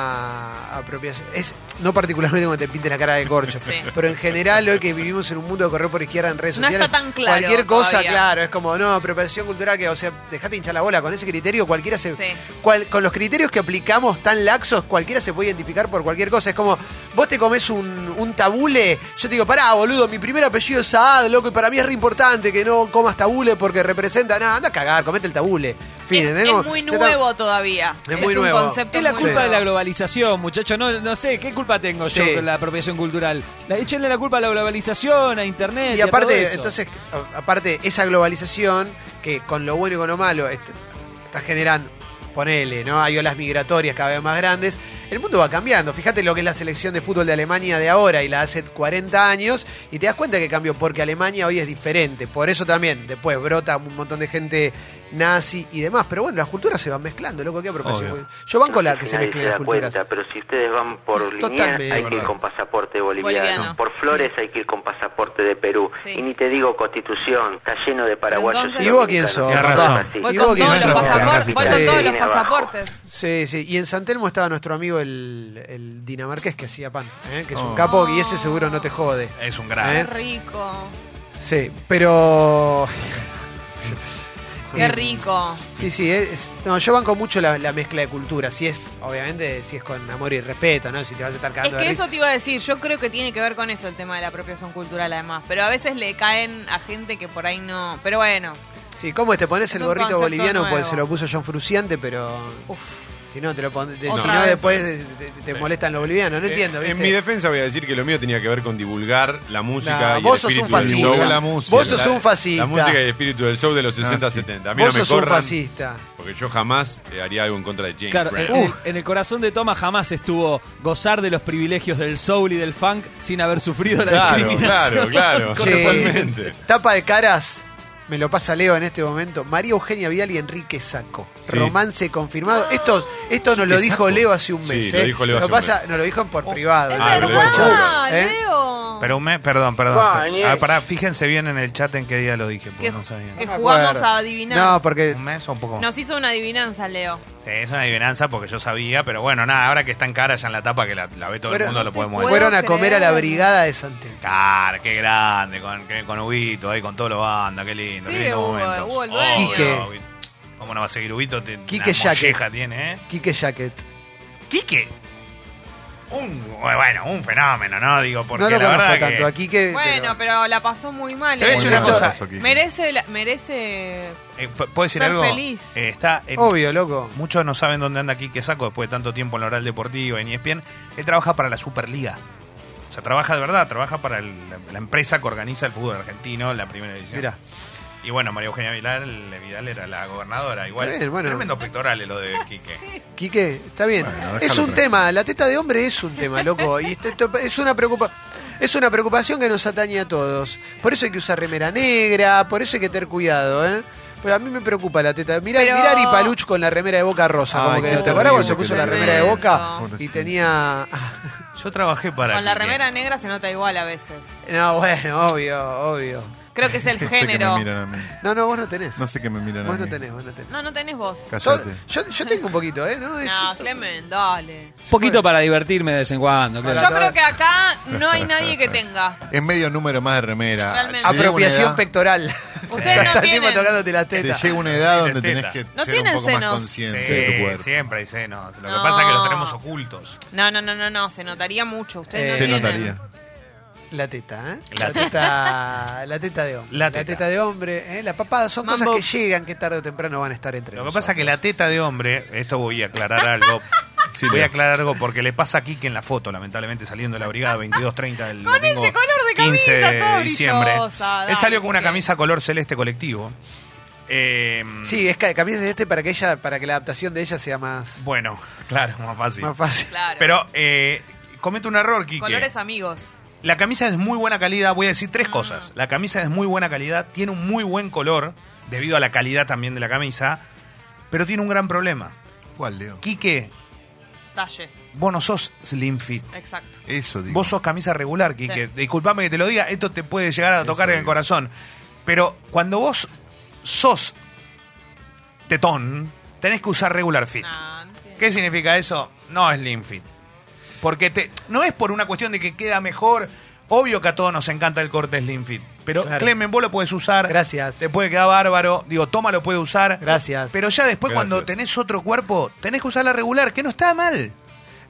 Speaker 1: tema apropiación, es, no particularmente cuando te pintes la cara de corcho,
Speaker 2: Sí.
Speaker 1: pero en general hoy que vivimos en un mundo de correr por izquierda en redes
Speaker 2: No
Speaker 1: sociales,
Speaker 2: está tan claro
Speaker 1: cualquier cosa,
Speaker 2: todavía.
Speaker 1: claro, es como, no, apropiación cultural, que, o sea, dejate hinchar la bola, con ese criterio cualquiera se...
Speaker 2: Sí.
Speaker 1: cual- con los criterios que aplicamos tan laxos, cualquiera se puede identificar por cualquier cosa. Es como, vos te comes un, un tabule, yo te digo, pará, boludo, mi primer apellido es Saad, loco, y para mí es re importante que no comas tabule porque representa, nada, anda a cagar, comete el tabule. Fin,
Speaker 2: es,
Speaker 1: ¿entendés?
Speaker 2: es
Speaker 1: Como-
Speaker 2: muy
Speaker 1: ya está-
Speaker 2: nuevo todavía.
Speaker 1: Es muy
Speaker 2: un
Speaker 1: nuevo.
Speaker 2: concepto
Speaker 8: Es la
Speaker 2: muy
Speaker 8: culpa de la
Speaker 2: nuevo.
Speaker 8: globalización, muchachos. No, no sé, ¿qué culpa tengo
Speaker 1: Sí.
Speaker 8: yo con la apropiación cultural? La, échenle la culpa a la globalización, a internet.
Speaker 1: Y
Speaker 8: a todo
Speaker 1: aparte,
Speaker 8: eso.
Speaker 1: entonces, a- aparte, esa globalización, que con lo bueno y con lo malo est- está generando, ponele, ¿no? Hay olas migratorias cada vez más grandes. El mundo va cambiando. Fíjate lo que es la selección de fútbol de Alemania de ahora y la hace 40 años, y te das cuenta que cambió, porque Alemania hoy es diferente. Por eso también, después brota un montón de gente nazi y demás. Pero bueno, las culturas se van mezclando, loco, qué apropiación.
Speaker 4: Obvio.
Speaker 1: Yo banco la
Speaker 10: sé
Speaker 1: que
Speaker 10: si
Speaker 1: se
Speaker 10: nadie
Speaker 1: mezclen
Speaker 10: se
Speaker 1: las
Speaker 10: da
Speaker 1: culturas.
Speaker 10: cuenta, pero si ustedes van por Liniers,
Speaker 1: Totalmente,
Speaker 10: hay que ir
Speaker 3: verdad.
Speaker 10: con pasaporte boliviano.
Speaker 2: Boliviano.
Speaker 10: Por Flores hay que ir con pasaporte de Perú.
Speaker 2: Sí.
Speaker 10: Y ni te digo Constitución, está lleno de paraguayos.
Speaker 2: entonces-
Speaker 10: y
Speaker 2: ¿Y
Speaker 1: vos quién sos,
Speaker 10: dominicanos.
Speaker 4: papá?
Speaker 10: Cosas así.
Speaker 2: Voy
Speaker 1: Y
Speaker 2: con
Speaker 1: vos que
Speaker 2: todos
Speaker 3: tenés
Speaker 2: los
Speaker 3: razón,
Speaker 2: pasaportes.
Speaker 3: tenés
Speaker 2: Voy
Speaker 1: razón.
Speaker 2: con todos los
Speaker 10: Viene abajo.
Speaker 2: pasaportes.
Speaker 1: Sí, sí. Y en San Telmo estaba nuestro amigo el, el dinamarqués que hacía pan, ¿eh? que es un
Speaker 3: Oh.
Speaker 1: capo y ese seguro no te jode. ¿eh?
Speaker 4: Es un
Speaker 2: Qué
Speaker 4: gran.
Speaker 2: rico.
Speaker 1: Sí, pero.
Speaker 2: Qué rico.
Speaker 1: Sí, sí. es- no, yo banco mucho la, la mezcla de culturas. Si es, obviamente, si es con amor y respeto, ¿no? Si te vas a estar
Speaker 2: Es
Speaker 1: cagando de
Speaker 2: que
Speaker 1: risa.
Speaker 2: eso te iba a decir, yo creo que tiene que ver con eso el tema de la apropiación cultural además, pero a veces le caen a gente que por ahí no, pero bueno,
Speaker 1: Sí, ¿cómo es? te pones
Speaker 2: Es
Speaker 1: el
Speaker 2: un
Speaker 1: gorrito
Speaker 2: concepto
Speaker 1: boliviano?
Speaker 2: nuevo.
Speaker 1: Pues se lo puso John Fruciante, pero.
Speaker 2: uff,
Speaker 1: Si no, te lo pon- te-
Speaker 2: Otra
Speaker 1: si no
Speaker 2: vez.
Speaker 1: después te, te- te molestan los bolivianos. No
Speaker 5: Eh,
Speaker 1: entiendo.
Speaker 5: En
Speaker 1: ¿viste?
Speaker 5: mi defensa voy a decir que lo mío tenía que ver con divulgar la música.
Speaker 1: Nah,
Speaker 5: y
Speaker 1: vos
Speaker 5: el
Speaker 1: sos un
Speaker 5: espíritu del
Speaker 1: fascista.
Speaker 5: show.
Speaker 3: La música.
Speaker 1: Vos sos un
Speaker 5: La
Speaker 1: fascista.
Speaker 5: música y el espíritu del show de los
Speaker 3: Ah,
Speaker 5: 60,
Speaker 3: sí.
Speaker 5: 70. A mí
Speaker 1: Vos
Speaker 5: no me
Speaker 1: sos un
Speaker 5: corran,
Speaker 1: fascista.
Speaker 5: porque yo jamás eh, haría algo en contra de James
Speaker 8: Claro, eh, uh,
Speaker 5: Brown.
Speaker 8: en, en el, en el corazón de Thomas jamás estuvo gozar de los privilegios del soul y del funk sin haber sufrido la
Speaker 5: Claro, claro,
Speaker 8: discriminación.
Speaker 5: claro,
Speaker 1: Che,
Speaker 5: totalmente.
Speaker 1: Tapa de caras. Me lo pasa Leo en este momento. María Eugenia Vidal y Enrique Saco.
Speaker 5: Sí.
Speaker 1: Romance confirmado. Esto, esto nos lo dijo Leo hace un
Speaker 5: Sí,
Speaker 1: mes.
Speaker 5: lo
Speaker 1: ¿eh?
Speaker 5: dijo Leo
Speaker 1: Nos
Speaker 5: hace un
Speaker 1: pasa-
Speaker 5: mes.
Speaker 1: Nos lo dijo por privado.
Speaker 2: Oh, es
Speaker 5: Ah,
Speaker 1: en el
Speaker 5: verdad,
Speaker 1: chat,
Speaker 2: verdad,
Speaker 1: ¿eh?
Speaker 2: Leo.
Speaker 4: Pero un mes, perdón, perdón.
Speaker 10: Bañes.
Speaker 4: Ah, pará, fíjense bien en el chat en qué día lo dije, porque
Speaker 2: que,
Speaker 4: no sabía.
Speaker 2: que
Speaker 1: No me
Speaker 2: jugamos
Speaker 1: acuerdo.
Speaker 2: a adivinar.
Speaker 1: No, porque
Speaker 4: ¿Un mes o un poco más?
Speaker 2: Nos hizo una adivinanza, Leo.
Speaker 4: Sí, es una adivinanza porque yo sabía, pero bueno, nada, ahora que está en cara ya en la tapa que la, la ve todo
Speaker 1: Fueron-
Speaker 4: el mundo, lo podemos
Speaker 2: Puedo
Speaker 4: decir.
Speaker 1: fueron a comer a la
Speaker 2: creer.
Speaker 1: brigada de Santel.
Speaker 4: Cara, qué grande, con, que- con Huguito ahí, con todos los bandas, qué lindo,
Speaker 2: Sí,
Speaker 4: qué lindo
Speaker 2: Hugo,
Speaker 4: momento.
Speaker 2: Hugo el
Speaker 4: Obvio,
Speaker 2: dueño.
Speaker 1: Quique.
Speaker 4: Huguito. ¿Cómo no va a seguir Huguito? Te-
Speaker 1: Quique
Speaker 4: una
Speaker 1: Jacket.
Speaker 4: molleja tiene, ¿eh?
Speaker 1: Quique Jacket.
Speaker 4: Quique. Un, bueno, un fenómeno, ¿no? Digo, porque
Speaker 1: no lo
Speaker 4: la verdad
Speaker 1: conozco
Speaker 4: que...
Speaker 1: tanto a Quique.
Speaker 2: Bueno,
Speaker 1: pero-
Speaker 2: pero la pasó muy mal.
Speaker 4: Te voy a
Speaker 2: ¿eh?
Speaker 4: decir una
Speaker 1: Muy
Speaker 4: cosa.
Speaker 3: Eso aquí.
Speaker 2: Merece, la- merece
Speaker 4: Eh, ¿pu- ¿Puedo decir
Speaker 2: Ser
Speaker 4: algo?
Speaker 2: feliz.
Speaker 4: Eh, está en-
Speaker 1: Obvio, loco.
Speaker 4: Muchos no saben dónde anda Quique Saco después de tanto tiempo en la Oral Deportiva, en E ESPN. Él trabaja para la Superliga. O sea, trabaja de verdad, trabaja para el- la, la empresa que organiza el fútbol argentino, la primera división.
Speaker 1: Mirá.
Speaker 4: Y bueno, María Eugenia Vidal, Vidal era la gobernadora, igual.
Speaker 1: Está bien, bueno.
Speaker 4: Tremendo pectorales lo de Quique.
Speaker 1: Quique, está bien.
Speaker 3: Bueno, déjalo
Speaker 1: es un
Speaker 3: tranquilo.
Speaker 1: tema, la teta de hombre es un tema, loco. Y este- esto- es una preocupa es una preocupación que nos atañe a todos. Por eso hay que usar remera negra, por eso hay que tener cuidado, ¿eh? Pero a mí me preocupa la teta. Mirá,
Speaker 2: Pero-
Speaker 1: mirá Ari Paluch con la remera de boca rosa.
Speaker 3: Ay,
Speaker 1: como que,
Speaker 3: qué
Speaker 1: ¿Te acuerdas cuando
Speaker 3: terrible,
Speaker 1: se puso
Speaker 3: qué
Speaker 1: la remera de
Speaker 2: terrible.
Speaker 1: boca? Y
Speaker 3: Pobrecito.
Speaker 1: tenía.
Speaker 4: Yo trabajé para.
Speaker 2: con la
Speaker 4: Quique.
Speaker 2: remera negra se nota igual a veces.
Speaker 1: No, bueno, obvio, obvio.
Speaker 2: Creo que es el
Speaker 3: No sé qué
Speaker 2: género.
Speaker 3: me miran a mí.
Speaker 1: No, no, vos no tenés.
Speaker 3: No sé qué me miran
Speaker 1: vos
Speaker 3: a mí.
Speaker 1: no tenés, vos no tenés.
Speaker 2: No, no tenés vos.
Speaker 1: Todo-
Speaker 3: Cállate.
Speaker 1: yo, yo tengo un poquito, ¿eh? No, es,
Speaker 2: No, Clemen, dale.
Speaker 8: Un poquito para divertirme de vez en cuando, claro.
Speaker 2: Yo creo que acá no hay nadie que tenga.
Speaker 3: Es medio número más de remera.
Speaker 2: Realmente.
Speaker 3: Llega una
Speaker 1: apropiación
Speaker 3: edad-
Speaker 1: pectoral.
Speaker 2: Ustedes no
Speaker 1: Todo el tiempo
Speaker 2: tienen.
Speaker 1: tocándote la
Speaker 3: Te
Speaker 1: teta.
Speaker 3: llega una edad donde
Speaker 4: Teta.
Speaker 3: tenés que
Speaker 2: No
Speaker 3: ser un
Speaker 2: tienen
Speaker 3: poco más
Speaker 2: senos.
Speaker 3: consciente de tu
Speaker 4: Sí,
Speaker 3: cuerpo.
Speaker 4: siempre hay senos. Lo que
Speaker 2: No.
Speaker 4: pasa es que los tenemos ocultos.
Speaker 2: No, no, no, no, no, se notaría mucho. Ustedes
Speaker 1: Eh,
Speaker 2: no
Speaker 3: Se
Speaker 2: tienen.
Speaker 3: notaría.
Speaker 1: La teta, ¿eh? La,
Speaker 4: La
Speaker 1: teta. La teta de hombre.
Speaker 4: La
Speaker 1: La teta,
Speaker 4: teta.
Speaker 1: de hombre, ¿eh? La papada son
Speaker 2: Mambo.
Speaker 1: cosas que llegan que tarde o temprano van a estar entre
Speaker 4: Lo que
Speaker 1: nosotros.
Speaker 4: pasa es que la teta de hombre, esto voy a aclarar algo.
Speaker 3: Sí,
Speaker 4: voy a
Speaker 3: Leo.
Speaker 4: aclarar algo porque le pasa a Kike en la foto, lamentablemente saliendo de la brigada 22.30 del
Speaker 2: Con ese
Speaker 4: domingo
Speaker 2: color de
Speaker 4: 15 de
Speaker 2: camisa, todo
Speaker 4: diciembre.
Speaker 2: brillosa, dale,
Speaker 4: Él salió con una
Speaker 2: Quique.
Speaker 4: camisa color celeste colectivo. Eh,
Speaker 1: Sí, es que cambias este para que ella, para que la adaptación de ella sea más,
Speaker 4: Bueno, claro, más fácil.
Speaker 1: más fácil.
Speaker 2: Claro.
Speaker 4: Pero eh, comete un error, Kike.
Speaker 2: Colores Ah. amigos.
Speaker 4: La camisa es muy buena calidad, voy a decir tres cosas. La camisa es muy buena calidad, tiene un muy buen color, debido a la calidad también de la camisa, pero tiene un gran problema.
Speaker 3: ¿Cuál, Leo?
Speaker 4: Quique,
Speaker 2: Talle,
Speaker 4: vos no sos slim fit.
Speaker 2: exacto.
Speaker 3: Eso, digo.
Speaker 4: Vos sos camisa regular, Quique.
Speaker 2: Sí.
Speaker 4: Disculpame que te lo diga, esto te puede llegar a
Speaker 3: Eso
Speaker 4: tocar en el
Speaker 3: digo.
Speaker 4: corazón. Pero cuando vos sos tetón, tenés que usar regular fit.
Speaker 2: No, no tiene.
Speaker 4: ¿Qué significa eso? No es Slim Fit. Porque te, no es por una cuestión de que queda mejor. Obvio que a todos nos encanta el corte Slim Fit. Pero
Speaker 1: Claro.
Speaker 4: Clemen, vos lo puedes usar.
Speaker 1: Gracias.
Speaker 4: Te puede quedar bárbaro. Digo, toma, lo puede usar.
Speaker 1: Gracias.
Speaker 4: Pero ya después,
Speaker 5: Gracias.
Speaker 4: cuando tenés otro cuerpo, tenés que usar la regular, que no está mal.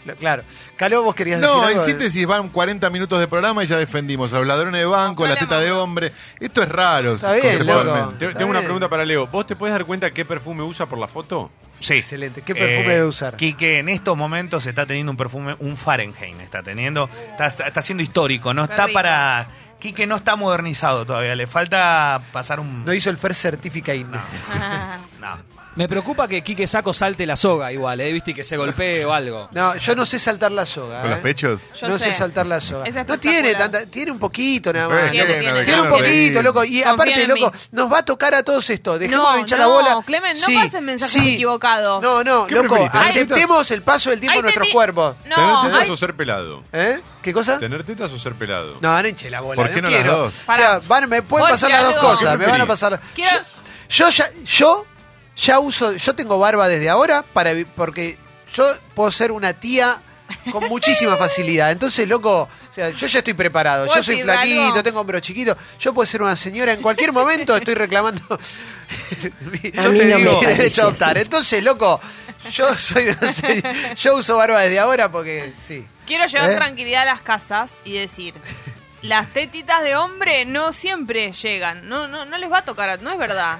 Speaker 1: Lo- claro. Caló, vos querías decir
Speaker 3: No, en
Speaker 1: algo?
Speaker 3: síntesis van 40 minutos de programa y ya defendimos a los ladrones de banco, las tetas de hombre. Esto es raro.
Speaker 1: Está bien,
Speaker 3: conceptualmente.
Speaker 1: loco.
Speaker 5: Te-
Speaker 1: Está
Speaker 5: Tengo una
Speaker 1: bien.
Speaker 5: pregunta para Leo. ¿Vos te puedes dar cuenta qué perfume usa por la foto?
Speaker 4: Sí. Eh,
Speaker 1: Excelente. ¿Qué perfume debe usar?
Speaker 4: Quique, en estos momentos está teniendo un perfume, un Fahrenheit está teniendo, está, está siendo histórico, no
Speaker 2: Qué
Speaker 4: está
Speaker 2: rico.
Speaker 4: para... Quique no está modernizado todavía, le falta pasar un...
Speaker 1: No hizo el First Certificate.
Speaker 4: no.
Speaker 8: Me preocupa que Quique Saco salte la soga igual, ¿eh? Viste, que se golpee o algo.
Speaker 1: No, yo no sé saltar la soga.
Speaker 3: Con los
Speaker 1: ¿eh?
Speaker 3: pechos.
Speaker 2: Yo
Speaker 1: no sé.
Speaker 2: sé.
Speaker 1: saltar la soga.
Speaker 2: Es
Speaker 1: no tiene
Speaker 2: espectacular.
Speaker 1: tanta, tiene un poquito nada más.
Speaker 3: Bueno,
Speaker 2: Tiene,
Speaker 3: bueno,
Speaker 1: Tiene un
Speaker 3: déjalo
Speaker 1: poquito,
Speaker 3: reír.
Speaker 1: loco. Y
Speaker 2: Confíen
Speaker 1: aparte,
Speaker 2: en
Speaker 1: loco,
Speaker 2: mí.
Speaker 1: nos va a tocar a todos esto. Dejémonos
Speaker 2: No,
Speaker 1: hinchar la
Speaker 2: no,
Speaker 1: bola.
Speaker 2: Clemen, no pasen mensajes equivocados.
Speaker 1: No, no,
Speaker 5: ¿Qué
Speaker 1: loco,
Speaker 5: preferís, tener
Speaker 1: aceptemos el paso del tiempo
Speaker 2: Ahí
Speaker 1: en nuestros
Speaker 2: te-
Speaker 1: cuerpos.
Speaker 2: No,
Speaker 5: ¿Tener tetas
Speaker 2: ay,
Speaker 5: o ser pelado?
Speaker 1: ¿Eh? ¿Qué cosa?
Speaker 5: ¿Tener tetas o ser pelado?
Speaker 1: No, no hinche la bola.
Speaker 3: ¿Por qué no las
Speaker 1: quiero.
Speaker 3: dos?
Speaker 1: O sea, van- me pueden
Speaker 2: Voy
Speaker 1: pasar
Speaker 2: a
Speaker 1: las
Speaker 2: decir
Speaker 1: dos
Speaker 2: algo.
Speaker 1: cosas.
Speaker 5: ¿Qué
Speaker 1: Me van a
Speaker 5: preferís?
Speaker 1: pasar.
Speaker 2: Quiero-
Speaker 1: Yo, yo ya, yo ya uso, yo tengo barba desde ahora para vi- porque yo puedo ser una tía con muchísima facilidad. Entonces, loco, o sea, yo ya estoy preparado.
Speaker 2: ¿Puedo
Speaker 1: Yo soy
Speaker 2: decir
Speaker 1: flaquito,
Speaker 2: algo?
Speaker 1: tengo hombros chiquitos. Yo puedo ser una señora en cualquier momento. Estoy reclamando. yo
Speaker 4: mí
Speaker 1: te
Speaker 4: no
Speaker 1: digo
Speaker 4: me
Speaker 1: mi derecho
Speaker 4: parece
Speaker 1: a adoptar. Entonces, loco, yo soy una se- yo uso barba desde ahora porque sí.
Speaker 2: Quiero llevar
Speaker 1: ¿Eh?
Speaker 2: tranquilidad a las casas y decir, las tetitas de hombre no siempre llegan, no no no les va a tocar, a- no es verdad.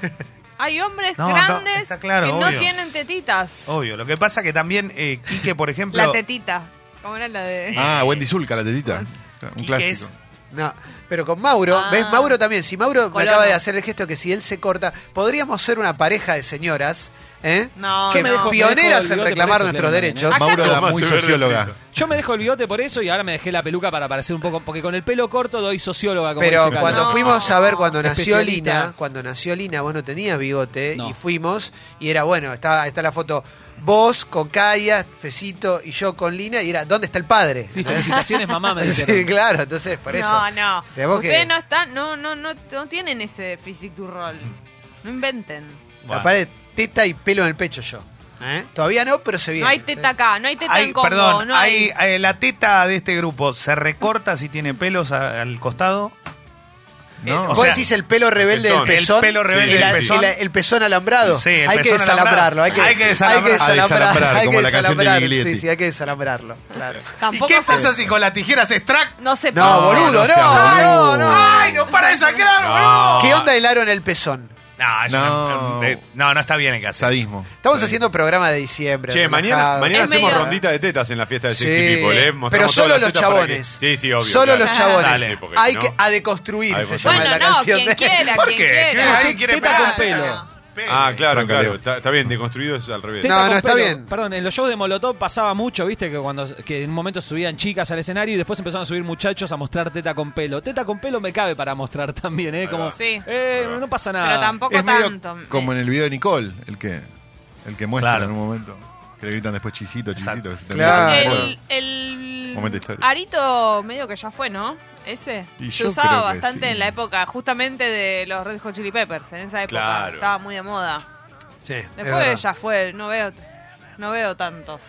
Speaker 2: Hay hombres
Speaker 4: No, no,
Speaker 2: grandes
Speaker 4: está claro,
Speaker 2: que
Speaker 4: obvio. Oh,
Speaker 2: no tienen tetitas.
Speaker 4: Obvio, lo que pasa que también eh, Quique, por ejemplo...
Speaker 2: La tetita. ¿Cómo era la de...?
Speaker 3: Ah, Wendy Zulka, la tetita. Un
Speaker 4: Quique es-
Speaker 3: clásico.
Speaker 1: No, pero con Mauro,
Speaker 2: Ah.
Speaker 1: ¿ves? Mauro también. Si Mauro me
Speaker 2: Colono.
Speaker 1: acaba de hacer el gesto que si él se corta, podríamos ser una pareja de señoras, ¿eh?
Speaker 2: No,
Speaker 1: que
Speaker 2: no. Yo me dejo-
Speaker 8: me dejo el
Speaker 1: pioneras en
Speaker 8: bigote por
Speaker 1: reclamar
Speaker 8: eso,
Speaker 1: nuestros
Speaker 8: claramente,
Speaker 1: derechos.
Speaker 2: ¿eh?
Speaker 3: Mauro
Speaker 2: Acá-
Speaker 3: era muy
Speaker 5: Tomate verde
Speaker 3: socióloga.
Speaker 5: frito.
Speaker 8: Yo me dejo el bigote por eso y ahora me dejé la peluca para parecer un poco. Porque con el pelo corto doy socióloga como
Speaker 1: Pero
Speaker 8: dice Carlos.
Speaker 1: cuando
Speaker 2: No.
Speaker 1: fuimos a ver cuando nació
Speaker 8: Especialista.
Speaker 1: Lina, cuando nació Lina, vos no tenías bigote
Speaker 8: No.
Speaker 1: y fuimos y era bueno, está, está la foto vos con Kaya, Fecito y yo con Lina y era ¿dónde está el padre?
Speaker 8: Sí, felicitaciones, mamá, me
Speaker 1: Sí,
Speaker 8: dijeron.
Speaker 1: claro, entonces por eso.
Speaker 2: No, no.
Speaker 1: Tenemos que-
Speaker 2: Ustedes no están, no, no, no, no tienen ese physique du rol. No inventen.
Speaker 4: Bueno.
Speaker 1: Aparece teta y pelo en el pecho yo. ¿eh? Todavía no, pero se viene.
Speaker 2: No hay teta
Speaker 1: ¿sí?
Speaker 2: acá, no hay teta
Speaker 4: Hay-
Speaker 2: en combo,
Speaker 4: perdón,
Speaker 2: no
Speaker 4: hay,
Speaker 2: hay.
Speaker 4: eh, la teta de este grupo se recorta si tiene pelos a- al costado.
Speaker 3: No.
Speaker 4: Eh,
Speaker 1: Vos decís el pelo rebelde
Speaker 5: pezón.
Speaker 1: del pezón.
Speaker 4: El pelo rebelde
Speaker 1: el,
Speaker 4: del
Speaker 1: a-
Speaker 4: pezón.
Speaker 1: el a- el pezón alambrado.
Speaker 4: Sí, el
Speaker 1: hay que
Speaker 4: pezón
Speaker 1: desalambrarlo. Hay que,
Speaker 4: alambrado. Hay que
Speaker 1: Hay que
Speaker 4: desalambrar.
Speaker 1: desalambrar.
Speaker 3: Ah,
Speaker 1: Hay que
Speaker 3: como la canción de
Speaker 1: desalambrar.
Speaker 3: Miglietti.
Speaker 1: Sí, sí, hay que desalambrarlo. Claro.
Speaker 4: ¿Y
Speaker 2: Tampoco
Speaker 4: qué
Speaker 2: se-
Speaker 4: pasa si con las tijeras extract?
Speaker 2: No se
Speaker 1: No,
Speaker 2: pasa.
Speaker 1: boludo, no,
Speaker 3: no seas
Speaker 1: no, no.
Speaker 3: boludo.
Speaker 4: ¡Ay, no para de sacar,
Speaker 5: Ah.
Speaker 4: boludo!
Speaker 1: ¿Qué onda el aro en el pezón?
Speaker 4: No, es una-
Speaker 3: No.
Speaker 4: eh, no, no está bien el que hace.
Speaker 3: Sadismo.
Speaker 1: Estamos haciendo programa de diciembre.
Speaker 5: Che, mañana,
Speaker 1: relajado.
Speaker 5: mañana
Speaker 2: Es
Speaker 5: hacemos
Speaker 2: medio-
Speaker 5: rondita de tetas en la fiesta de
Speaker 1: Sí.
Speaker 5: Sexy People, ¿eh? Mostramos
Speaker 1: Pero
Speaker 5: todas
Speaker 1: solo
Speaker 5: las
Speaker 1: los
Speaker 5: tetas para
Speaker 1: chabones.
Speaker 5: que- Sí, sí, obvio.
Speaker 1: Solo
Speaker 5: claro.
Speaker 1: los chabones.
Speaker 5: Sí, porque
Speaker 1: Hay
Speaker 5: si
Speaker 1: que
Speaker 5: no-
Speaker 1: a deconstruir,
Speaker 5: Hay
Speaker 1: se
Speaker 5: que-
Speaker 1: llama
Speaker 2: Bueno,
Speaker 1: la
Speaker 2: no,
Speaker 1: canción.
Speaker 2: quien
Speaker 1: de-
Speaker 2: quiera,
Speaker 4: ¿Por
Speaker 2: quien
Speaker 4: qué? Si
Speaker 2: quiera.
Speaker 4: alguien quiere
Speaker 8: Teta con
Speaker 4: pelo.
Speaker 8: pelo.
Speaker 4: Pelo.
Speaker 5: Ah, claro,
Speaker 3: Franca,
Speaker 5: claro.
Speaker 3: Leo.
Speaker 5: Está, está bien, deconstruido es al revés.
Speaker 8: Teta
Speaker 1: No,
Speaker 8: con
Speaker 1: no, está
Speaker 8: pelo.
Speaker 1: bien.
Speaker 8: Perdón, en los shows de Molotov pasaba mucho, viste, que cuando que en un momento subían chicas al escenario y después empezaron a subir muchachos a mostrar teta con pelo. Teta con pelo me cabe para mostrar también, ¿eh? Como,
Speaker 5: va.
Speaker 2: Sí.
Speaker 8: eh, no pasa nada.
Speaker 2: Pero tampoco
Speaker 3: Es medio
Speaker 2: tanto.
Speaker 3: como en el video de Nicole, el que, el que muestra
Speaker 4: Claro.
Speaker 3: en un momento. Que le gritan después chisito, chisito. que se termina
Speaker 1: Claro.
Speaker 3: con el
Speaker 2: El,
Speaker 3: juego.
Speaker 2: el
Speaker 3: Momento histórico.
Speaker 2: arito medio que ya fue, ¿no? Ese.
Speaker 3: Y
Speaker 2: se
Speaker 3: yo
Speaker 2: usaba
Speaker 3: creo que
Speaker 2: bastante
Speaker 3: sí.
Speaker 2: en la época, justamente de los Red Hot Chili Peppers. En esa época
Speaker 5: Claro.
Speaker 2: estaba muy de moda.
Speaker 1: Sí, es verdad.
Speaker 2: Después ya fue, no veo, no veo tantos.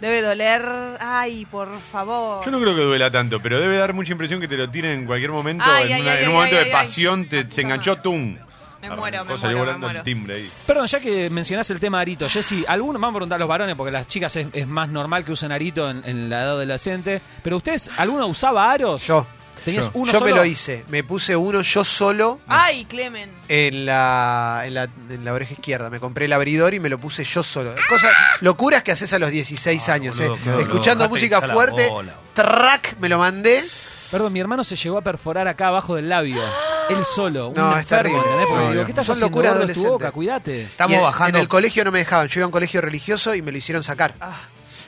Speaker 2: Debe doler. Ay, por favor.
Speaker 5: Yo no creo que duela tanto, pero debe dar mucha impresión que te lo tiren en cualquier momento.
Speaker 2: Ay,
Speaker 5: en,
Speaker 2: ay,
Speaker 5: una-
Speaker 2: ay,
Speaker 5: en un
Speaker 2: ay,
Speaker 5: momento
Speaker 2: ay,
Speaker 5: de
Speaker 2: ay.
Speaker 5: pasión
Speaker 2: La
Speaker 5: te,
Speaker 2: puta
Speaker 5: se enganchó
Speaker 2: madre.
Speaker 5: tum.
Speaker 2: Me muero,
Speaker 5: Arrancó,
Speaker 2: me
Speaker 5: salió
Speaker 2: muero, me
Speaker 5: volando el
Speaker 2: muero.
Speaker 5: timbre ahí.
Speaker 8: Perdón, ya que mencionás el tema arito, Jessy, algunos, vamos a preguntar a los varones porque las chicas es, es más normal que usen arito en, en la edad adolescente, pero ustedes, ¿alguno usaba aros?
Speaker 1: Yo.
Speaker 8: ¿Tenías
Speaker 3: Yo.
Speaker 8: uno
Speaker 1: yo me
Speaker 8: solo?
Speaker 1: lo hice. Me puse uno yo solo
Speaker 2: Ay, Clemen.
Speaker 1: en la, en, la, en la oreja izquierda. Me compré el abridor y me lo puse yo solo. Cosas, locuras que haces a los 16
Speaker 4: Ay,
Speaker 1: años.
Speaker 4: boludo,
Speaker 1: eh.
Speaker 4: qué dolor.
Speaker 1: Escuchando
Speaker 4: Dejate
Speaker 1: música
Speaker 4: hinchar la
Speaker 1: fuerte,
Speaker 4: bola.
Speaker 1: track, me lo mandé.
Speaker 8: Perdón, mi hermano se llegó a perforar acá abajo del labio, él solo,
Speaker 1: No,
Speaker 8: un
Speaker 1: es terrible.
Speaker 8: enfermo, ¿entendés? Porque
Speaker 1: No,
Speaker 8: digo,
Speaker 1: no.
Speaker 8: ¿qué estás
Speaker 1: Son
Speaker 8: haciendo,
Speaker 1: locuras
Speaker 8: gordo, es tu
Speaker 1: adolescentes.
Speaker 8: boca? Cuídate.
Speaker 1: Y
Speaker 4: Estamos
Speaker 1: en-
Speaker 4: bajando.
Speaker 1: En el colegio no me dejaban. Yo iba a un colegio religioso y me lo hicieron sacar.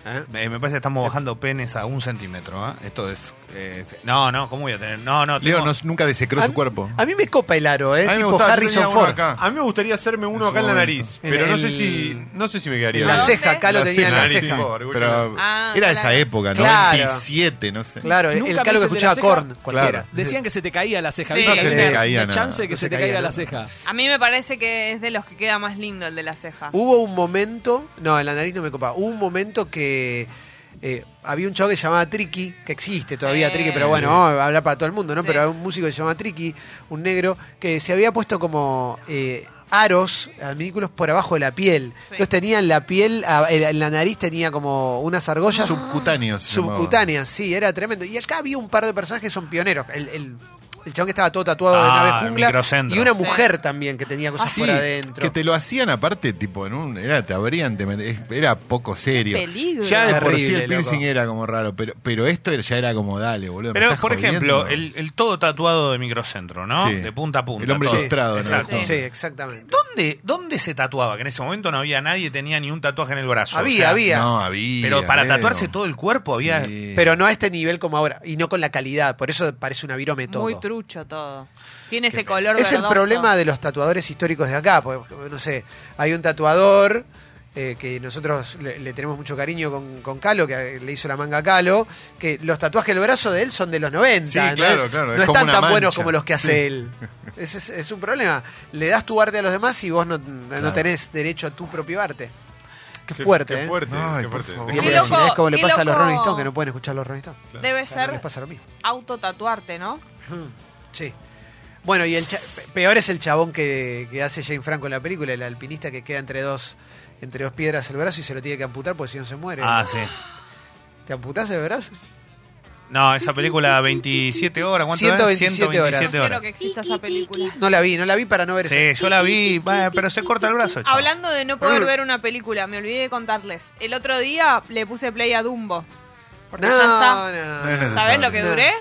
Speaker 1: ¿Eh?
Speaker 4: Eh, me parece que estamos bajando penes a un centímetro. ¿eh? Esto es, eh, se- No, no, ¿cómo voy a tener? No, no.
Speaker 3: Leo
Speaker 4: tengo-
Speaker 3: no- nunca desecró
Speaker 1: A
Speaker 3: su
Speaker 1: mí-
Speaker 3: cuerpo.
Speaker 1: A mí me copa el aro, ¿eh?
Speaker 3: A mí me
Speaker 1: tipo
Speaker 3: gustaba, yo
Speaker 1: Harrison
Speaker 3: tenía uno
Speaker 1: Ford.
Speaker 3: acá.
Speaker 5: A mí me gustaría hacerme uno
Speaker 3: En
Speaker 5: acá en
Speaker 3: su
Speaker 5: la
Speaker 3: momento.
Speaker 5: nariz, pero
Speaker 1: En
Speaker 5: no sé
Speaker 1: el-
Speaker 5: si no sé si me quedaría.
Speaker 1: En la
Speaker 5: bien.
Speaker 1: ceja, acá lo
Speaker 3: La
Speaker 1: tenía en la
Speaker 5: nariz,
Speaker 1: ceja.
Speaker 5: tipo, orgullo.
Speaker 3: Pero
Speaker 2: Ah,
Speaker 3: era
Speaker 2: claro.
Speaker 3: esa época,
Speaker 1: Claro.
Speaker 3: 97, no sé.
Speaker 1: Claro, el-
Speaker 8: Nunca
Speaker 1: el
Speaker 8: me
Speaker 1: calo que
Speaker 8: hice el de la
Speaker 1: escuchaba
Speaker 8: ceja.
Speaker 1: Korn, cualquiera.
Speaker 8: Decían que se te caía la ceja.
Speaker 2: Sí.
Speaker 8: ¿viste?
Speaker 2: No se
Speaker 8: Hay
Speaker 2: te
Speaker 8: una-
Speaker 3: caía
Speaker 8: una
Speaker 3: nada.
Speaker 8: chance que
Speaker 1: No
Speaker 8: se,
Speaker 1: se
Speaker 8: te
Speaker 1: caía
Speaker 8: caiga la
Speaker 1: nada.
Speaker 8: ceja.
Speaker 2: A mí me parece que es de los que queda más lindo el de la ceja.
Speaker 1: Hubo un momento, no, en la nariz no me copa, hubo un momento que eh, había un chavo que se llamaba Tricky, que existe todavía
Speaker 2: Sí.
Speaker 1: Tricky, pero bueno, vamos a hablar para todo el mundo, ¿no?
Speaker 2: Sí.
Speaker 1: Pero había un músico que se llamaba Tricky, un negro, que se había puesto como eh, aros, adminículos por abajo de la piel. Entonces tenían la piel, ah, eh, en la nariz tenía como unas argollas
Speaker 3: Subcutáneos. se llamaba.
Speaker 1: subcutáneas, sí, era tremendo. Y acá había un par de personajes que son pioneros. El, el, el chabón que estaba todo tatuado de
Speaker 4: Ah,
Speaker 1: nave
Speaker 4: el
Speaker 1: jungla.
Speaker 4: microcentro.
Speaker 1: Y una mujer también que tenía cosas
Speaker 3: Ah, sí,
Speaker 1: por adentro.
Speaker 3: Que te lo hacían aparte, tipo, en un, era, te abrían, te met- es- era poco serio.
Speaker 2: Peligro.
Speaker 3: Ya de por sí
Speaker 1: Terrible,
Speaker 3: el piercing
Speaker 1: loco.
Speaker 3: era como raro, pero, pero esto ya era como dale, boludo. me
Speaker 4: Pero,
Speaker 3: estás
Speaker 4: por ejemplo,
Speaker 3: jodiendo.
Speaker 4: el, el todo tatuado de microcentro, ¿no?
Speaker 3: Sí.
Speaker 4: De punta a punta.
Speaker 3: El hombre
Speaker 4: todo.
Speaker 3: ilustrado, ¿no?
Speaker 4: Exacto.
Speaker 1: Sí, exactamente.
Speaker 4: ¿Dónde, ¿Dónde se tatuaba? Que en ese momento no había nadie, tenía ni un tatuaje en el brazo.
Speaker 1: Había,
Speaker 4: O sea,
Speaker 1: había.
Speaker 3: No, había.
Speaker 4: Pero para
Speaker 3: Leo.
Speaker 4: tatuarse todo el cuerpo había.
Speaker 3: Sí.
Speaker 1: Pero no a este nivel como ahora. Y no con la calidad. Por eso parece una virome todo.
Speaker 2: Muy trucho todo. Tiene ese color
Speaker 1: Es el
Speaker 2: verdoso.
Speaker 1: problema de los tatuadores históricos de acá, porque, no sé, hay un tatuador eh, que nosotros le, le tenemos mucho cariño con, con Calo, que eh, le hizo la manga a Calo, que los tatuajes del brazo de él son de los 90.
Speaker 3: Sí,
Speaker 1: ¿no?
Speaker 3: claro, claro,
Speaker 1: No
Speaker 3: es como
Speaker 1: están
Speaker 3: una
Speaker 1: tan buenos
Speaker 3: mancha.
Speaker 1: como los que hace
Speaker 3: Sí.
Speaker 1: él. Ese es, es un problema. Le das tu arte a los demás y vos no, no tenés derecho a tu propio arte. Qué fuerte,
Speaker 5: Qué
Speaker 1: ¿eh?
Speaker 5: fuerte.
Speaker 3: Ay,
Speaker 5: qué
Speaker 3: por
Speaker 5: fuerte.
Speaker 3: favor.
Speaker 1: ¿Te
Speaker 2: Qué
Speaker 5: Dejame-
Speaker 2: loco,
Speaker 1: imaginás cómo le
Speaker 2: qué
Speaker 1: pasa a los
Speaker 2: loco.
Speaker 1: Rolling Stones que no pueden escuchar los Rolling Stones?
Speaker 2: Debe
Speaker 1: Les
Speaker 2: ser
Speaker 1: pasa lo mismo.
Speaker 2: autotatuarte, ¿no?
Speaker 1: Sí. Bueno, y el cha- peor es el chabón que, que hace Jane Franco en la película, el alpinista que queda entre dos entre dos piedras el brazo y se lo tiene que amputar porque si no se muere.
Speaker 4: Ah, sí.
Speaker 1: ¿Te amputás el brazo?
Speaker 4: No, esa película 27 horas, ¿cuánto
Speaker 1: 127
Speaker 4: es?
Speaker 1: horas.
Speaker 2: Espero que exista esa película.
Speaker 1: No la vi, no la vi para no ver eso.
Speaker 4: Sí, yo la vi, bah, pero se corta el brazo, chavo.
Speaker 2: Hablando de no poder ver una película, me olvidé de contarles. El otro día le puse play a Dumbo. Porque
Speaker 1: No,
Speaker 2: ya
Speaker 3: No es
Speaker 1: no,
Speaker 2: está.
Speaker 1: no.
Speaker 2: ¿Sabés lo que
Speaker 1: No.
Speaker 2: duré?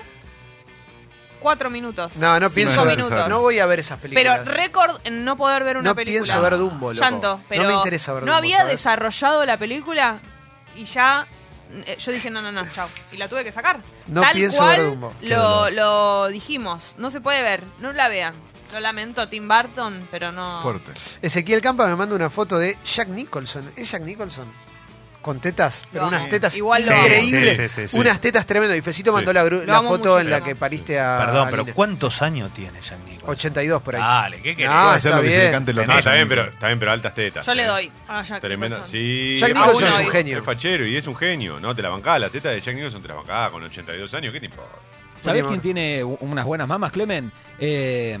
Speaker 2: Cuatro minutos.
Speaker 1: No, no
Speaker 3: Sí,
Speaker 1: pienso
Speaker 3: no es
Speaker 1: ver
Speaker 3: necesario.
Speaker 1: No voy a ver esas películas.
Speaker 2: Pero récord en no poder ver una
Speaker 1: No
Speaker 2: película.
Speaker 1: pienso ver Dumbo, loco.
Speaker 2: Llanto,
Speaker 1: No
Speaker 2: pero
Speaker 1: me interesa ver
Speaker 2: no
Speaker 1: Dumbo,
Speaker 2: había
Speaker 1: ¿sabes?
Speaker 2: desarrollado la película y ya eh, yo dije no, no, no, chao. Y la tuve que sacar.
Speaker 1: No
Speaker 2: Tal
Speaker 1: pienso
Speaker 2: cual
Speaker 1: ver Dumbo. Qué
Speaker 2: Lo,
Speaker 1: dolor.
Speaker 2: lo dijimos, no se puede ver, no la vean. Lo lamento, Tim Burton, pero no.
Speaker 3: Fuerte.
Speaker 1: Ezequiel Campa me manda una foto de Jack Nicholson. ¿Es Jack Nicholson? Con tetas, pero
Speaker 2: Lo
Speaker 1: unas
Speaker 2: amo.
Speaker 1: tetas
Speaker 2: Igual lo amo.
Speaker 1: increíbles.
Speaker 4: Sí, sí, sí, sí.
Speaker 1: Unas tetas tremendas. Y Fecito mandó
Speaker 5: Sí.
Speaker 1: la, gru-
Speaker 2: Lo
Speaker 1: la
Speaker 2: amo
Speaker 1: foto en la
Speaker 2: muchísimo.
Speaker 1: que pariste a.
Speaker 4: Perdón, pero
Speaker 1: Lina.
Speaker 4: ¿cuántos años tiene Jack Nicholson?
Speaker 1: 82 por ahí.
Speaker 4: Dale, ¿qué querés?
Speaker 1: No,
Speaker 3: Puede hacer
Speaker 1: está
Speaker 3: lo que se le
Speaker 1: bien.
Speaker 3: cante los
Speaker 5: No, está
Speaker 3: rayos,
Speaker 5: bien,
Speaker 3: Nico.
Speaker 5: pero, está bien, pero altas tetas.
Speaker 2: Yo le
Speaker 5: eh.
Speaker 2: doy Ah, a Jack
Speaker 5: Tremenda.
Speaker 2: Nicholson.
Speaker 5: Sí.
Speaker 1: Jack
Speaker 5: Ah,
Speaker 1: Nicholson
Speaker 2: es un
Speaker 1: genio.
Speaker 5: Es fachero y es un genio, ¿no? Te la bancaba, la teta de Jack Nicholson te la bancaba con 82 años, ¿qué te importa?
Speaker 8: ¿Sabés
Speaker 1: Muy
Speaker 8: quién
Speaker 1: bien.
Speaker 8: tiene u- unas buenas mamas, Clemen? Eh,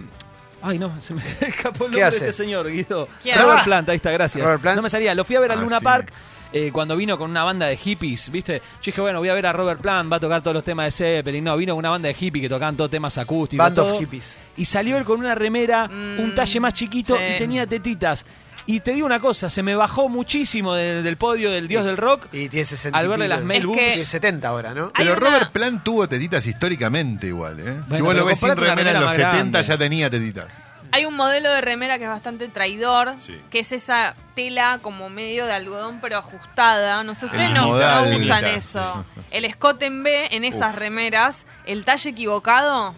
Speaker 8: ay, no, se me escapó el
Speaker 1: ¿Qué
Speaker 8: nombre
Speaker 1: hace?
Speaker 8: de este señor, Guido.
Speaker 2: ¿Quién?
Speaker 8: Robert
Speaker 2: Ah.
Speaker 8: Plant, ahí está, gracias.
Speaker 1: Robert Plant.
Speaker 8: No me salía, lo fui a ver al
Speaker 3: Ah,
Speaker 8: Luna
Speaker 3: sí.
Speaker 8: Park. eh, cuando vino con una banda de hippies, ¿viste? Yo dije, bueno, voy a ver a Robert Plant, va a tocar todos los temas de Zeppelin. No, vino con una banda de hippies que tocaban todos temas acústicos.
Speaker 1: Band of
Speaker 8: todo.
Speaker 1: Hippies.
Speaker 8: Y salió él con una remera, un talle más chiquito
Speaker 2: Mm, sí.
Speaker 8: y tenía tetitas. Y te digo una cosa, se me bajó muchísimo de- del podio del dios del rock.
Speaker 1: Y tiene 60 y
Speaker 8: Al verle
Speaker 1: pico.
Speaker 8: las mail
Speaker 2: Es
Speaker 8: boobs,
Speaker 2: que-
Speaker 1: Tiene 70 ahora, ¿no?
Speaker 2: Hay
Speaker 3: Pero
Speaker 2: una-
Speaker 3: Robert Plant tuvo tetitas históricamente igual, ¿eh? si
Speaker 8: Bueno,
Speaker 3: vos
Speaker 8: pero
Speaker 3: lo ves sin
Speaker 8: comparate una
Speaker 3: remera en
Speaker 8: remera
Speaker 3: los
Speaker 8: más
Speaker 3: 70
Speaker 8: grande.
Speaker 3: ya tenía tetitas.
Speaker 2: Hay un modelo de remera que es bastante traidor,
Speaker 5: Sí.
Speaker 2: que es esa tela como medio de algodón pero ajustada. No sé, ustedes
Speaker 3: El
Speaker 2: no, no
Speaker 3: modal.
Speaker 2: usan
Speaker 5: Milita.
Speaker 2: eso. El escote en B en esas
Speaker 5: Uf.
Speaker 2: remeras, el talle equivocado,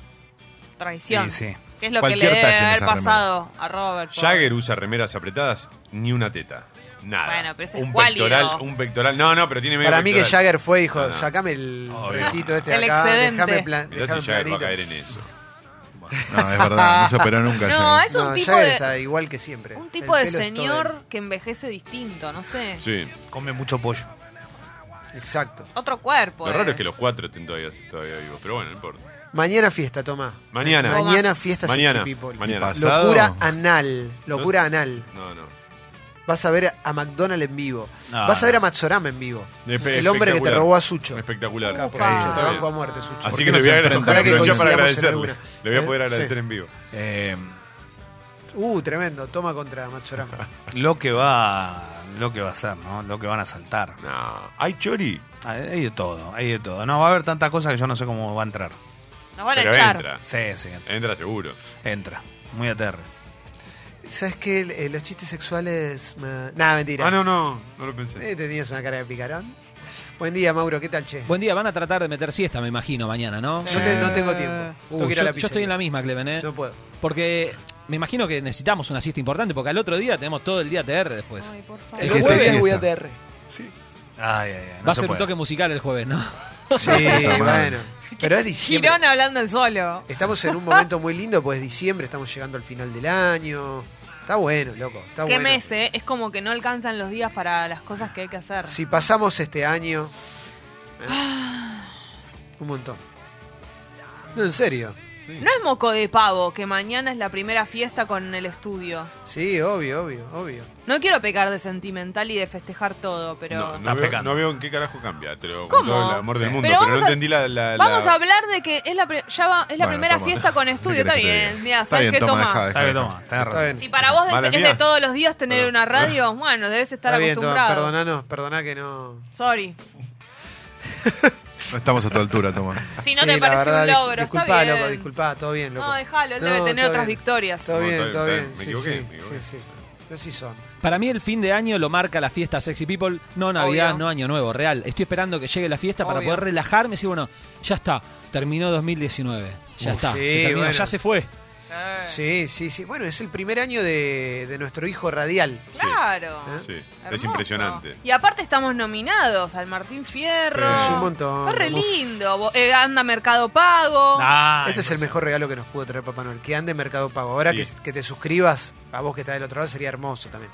Speaker 2: traición.
Speaker 4: Sí, sí.
Speaker 2: Que es lo
Speaker 3: Cualquier
Speaker 2: que le
Speaker 3: talle
Speaker 2: debe
Speaker 3: en
Speaker 2: haber
Speaker 3: esas remeras.
Speaker 2: pasado a Robert. por-
Speaker 5: Jagger usa remeras apretadas, ni una teta. Nada.
Speaker 2: Bueno, pero ese es
Speaker 5: un
Speaker 2: cuálido.
Speaker 5: pectoral, un pectoral. No, no, pero tiene medio
Speaker 1: Para mí que
Speaker 5: pectoral.
Speaker 1: Jagger fue y dijo,
Speaker 5: No, no.
Speaker 1: sacame el
Speaker 4: Obvio.
Speaker 1: retito este
Speaker 2: El
Speaker 1: de acá,
Speaker 2: excedente.
Speaker 1: dejame, plan,
Speaker 5: Mirá
Speaker 1: dejame
Speaker 5: si Jagger va a
Speaker 1: planito".
Speaker 5: caer en eso.
Speaker 3: No, es verdad, no se operó nunca.
Speaker 2: No,
Speaker 3: Jagger.
Speaker 2: es un
Speaker 1: No,
Speaker 2: tipo
Speaker 1: Jagger
Speaker 2: de
Speaker 1: está igual que siempre.
Speaker 2: un
Speaker 1: El
Speaker 2: tipo de
Speaker 1: pelo es todo
Speaker 2: señor que envejece distinto, no sé.
Speaker 5: Sí.
Speaker 4: Come mucho pollo.
Speaker 1: él. Exacto.
Speaker 2: Otro cuerpo. eh.
Speaker 5: Lo raro es que los cuatro estén todavía, todavía vivos, pero bueno, no importa.
Speaker 1: Mañana fiesta, Tomás.
Speaker 5: Mañana.
Speaker 1: Mañana
Speaker 2: Tomás.
Speaker 1: fiesta
Speaker 5: Mañana.
Speaker 1: Sexy People.
Speaker 5: Mañana.
Speaker 3: Pasa.
Speaker 1: Locura
Speaker 3: Pasado.
Speaker 1: anal. Locura anal.
Speaker 5: No, no.
Speaker 1: Vas a ver a McDonald's en vivo.
Speaker 4: No,
Speaker 1: Vas a ver
Speaker 4: no.
Speaker 1: a Matsorama en vivo.
Speaker 5: Espe-
Speaker 1: el hombre que te
Speaker 5: espectacular.
Speaker 1: robó a Sucho.
Speaker 5: Espectacular.
Speaker 1: Capo,
Speaker 5: Sí,
Speaker 1: Sucho, te
Speaker 5: está bien.
Speaker 1: banco a muerte, Sucho.
Speaker 5: Así
Speaker 3: ¿Por
Speaker 5: que
Speaker 3: qué
Speaker 5: le
Speaker 3: no
Speaker 5: voy a
Speaker 3: se
Speaker 5: agradecer.
Speaker 3: enfrentan?
Speaker 5: aprovecho
Speaker 1: Ojalá que
Speaker 5: para
Speaker 1: coincidamos en
Speaker 5: agradecerle.
Speaker 1: alguna.
Speaker 5: Le voy
Speaker 1: Eh,
Speaker 5: a poder agradecer
Speaker 1: sí.
Speaker 5: en vivo.
Speaker 4: Eh,
Speaker 1: Uh, tremendo. Toma contra Matsorama.
Speaker 4: lo que va. Lo que va a ser, ¿no? Lo que van a saltar.
Speaker 5: No. ¿Hay chori?
Speaker 4: Hay hay de todo, hay de todo. No, va a haber tantas cosas que yo no sé cómo va a entrar.
Speaker 2: Nos van a
Speaker 5: Pero
Speaker 2: echar.
Speaker 5: entra.
Speaker 4: Sí, sí,
Speaker 5: Entra seguro.
Speaker 4: entra. Muy aterre.
Speaker 1: ¿Sabes qué? Eh, los chistes sexuales. me- Nada, mentira.
Speaker 5: Ah, no, no. No lo pensé.
Speaker 1: Eh, tenías una cara de picarón. Buen día, Mauro. ¿Qué tal, che?
Speaker 8: Buen día, van a tratar de meter siesta, me imagino, mañana, ¿no?
Speaker 1: No, te- no tengo tiempo.
Speaker 8: Uh,
Speaker 1: Tengo que ir
Speaker 8: yo,
Speaker 1: a la
Speaker 8: yo estoy en la misma, Clemen, ¿eh?
Speaker 1: pizzería. No puedo.
Speaker 8: Porque me imagino que necesitamos una siesta importante, porque al otro día tenemos todo el día TR después.
Speaker 1: Pues,
Speaker 2: Ay, por favor.
Speaker 1: El
Speaker 3: siesta,
Speaker 1: jueves
Speaker 3: siesta.
Speaker 1: voy a TR.
Speaker 4: Ay, ay, ay. no
Speaker 8: Va a
Speaker 4: se
Speaker 8: ser un
Speaker 4: puede.
Speaker 8: toque musical el jueves, ¿no?
Speaker 1: Sí,
Speaker 3: madre.
Speaker 1: bueno. Pero es diciembre.
Speaker 2: Girón hablando solo.
Speaker 1: Estamos en un momento muy lindo, pues es diciembre, estamos llegando al final del año. Está bueno, loco. Está
Speaker 2: Qué
Speaker 1: bueno.
Speaker 2: mes, ¿eh? Es como que no alcanzan los días para las cosas que hay que hacer.
Speaker 1: Si pasamos este año. ¿eh? Un montón. No, en serio.
Speaker 2: No es moco de pavo que mañana es la primera fiesta con el estudio.
Speaker 1: Sí, obvio, obvio, obvio.
Speaker 2: No quiero pecar de sentimental y de festejar todo, pero...
Speaker 5: No, no,
Speaker 4: Estás
Speaker 5: veo,
Speaker 4: pecando.
Speaker 5: no veo en qué carajo cambia, te lo con
Speaker 2: ¿Cómo?
Speaker 5: todo el amor del
Speaker 4: Sí.
Speaker 5: mundo,
Speaker 2: Pero
Speaker 5: pero,
Speaker 2: vamos
Speaker 5: no
Speaker 2: a-
Speaker 5: entendí la... la- la-
Speaker 2: Vamos a hablar de que es la, pri- ya va- es la
Speaker 3: Bueno,
Speaker 2: primera
Speaker 3: toma.
Speaker 2: fiesta con estudio. Está
Speaker 3: ¿Qué querés que te
Speaker 2: bien,
Speaker 3: diga?
Speaker 2: mira,
Speaker 3: Está
Speaker 2: ¿sabes
Speaker 3: bien,
Speaker 2: qué
Speaker 3: toma,
Speaker 2: toma?
Speaker 3: dejá, dejá,
Speaker 4: Está bien,
Speaker 3: dejá.
Speaker 4: toma, está
Speaker 1: Está
Speaker 4: bien.
Speaker 1: bien.
Speaker 2: Si para vos
Speaker 5: Mala
Speaker 2: es, es
Speaker 5: mía.
Speaker 2: de todos los días tener una radio, bueno, debes estar
Speaker 1: Está bien, Tomás,
Speaker 2: acostumbrado.
Speaker 1: perdonanos, perdoná que no.
Speaker 2: Sorry.
Speaker 3: No estamos a tu altura, Tomás.
Speaker 2: Si no
Speaker 1: Sí,
Speaker 2: te
Speaker 1: la
Speaker 2: parece
Speaker 1: verdad,
Speaker 2: un
Speaker 1: di-
Speaker 2: logro,
Speaker 1: disculpá,
Speaker 2: está bien.
Speaker 1: loco, disculpá, todo bien, loco.
Speaker 2: No, déjalo, él
Speaker 1: No,
Speaker 2: debe tener
Speaker 1: todo
Speaker 2: otras
Speaker 1: bien.
Speaker 2: victorias.
Speaker 1: Todo
Speaker 5: No,
Speaker 1: bien,
Speaker 5: está
Speaker 1: todo
Speaker 5: bien,
Speaker 1: bien.
Speaker 5: me
Speaker 1: sí,
Speaker 5: equivoqué,
Speaker 1: sí,
Speaker 5: me equivoqué.
Speaker 1: Sí, sí. Así son.
Speaker 8: Para mí el fin de año lo marca la fiesta Sexy People, no Navidad,
Speaker 2: Obvio.
Speaker 8: no Año Nuevo, real. Estoy esperando que llegue la fiesta para
Speaker 2: Obvio.
Speaker 8: poder relajarme y decir, bueno, ya está, terminó 2019, ya
Speaker 1: Uh,
Speaker 8: está,
Speaker 1: sí,
Speaker 8: se terminó,
Speaker 1: bueno.
Speaker 8: ya se fue.
Speaker 2: Sí.
Speaker 1: Sí, sí, sí. Bueno, es el primer año de, de nuestro hijo radial.
Speaker 2: Claro.
Speaker 1: ¿Eh?
Speaker 5: Sí, es
Speaker 2: Hermoso.
Speaker 5: impresionante.
Speaker 2: Y aparte estamos nominados al Martín Fierro.
Speaker 1: Es un montón.
Speaker 2: Fue re
Speaker 1: Uf.
Speaker 2: lindo. Bo- eh, anda Mercado Pago.
Speaker 4: Ah,
Speaker 1: este es el
Speaker 4: impresionante.
Speaker 1: mejor regalo que nos pudo traer Papá Noel. Que ande Mercado Pago. Ahora
Speaker 5: Sí.
Speaker 1: que, que te suscribas, a vos que estás del otro lado, sería hermoso también.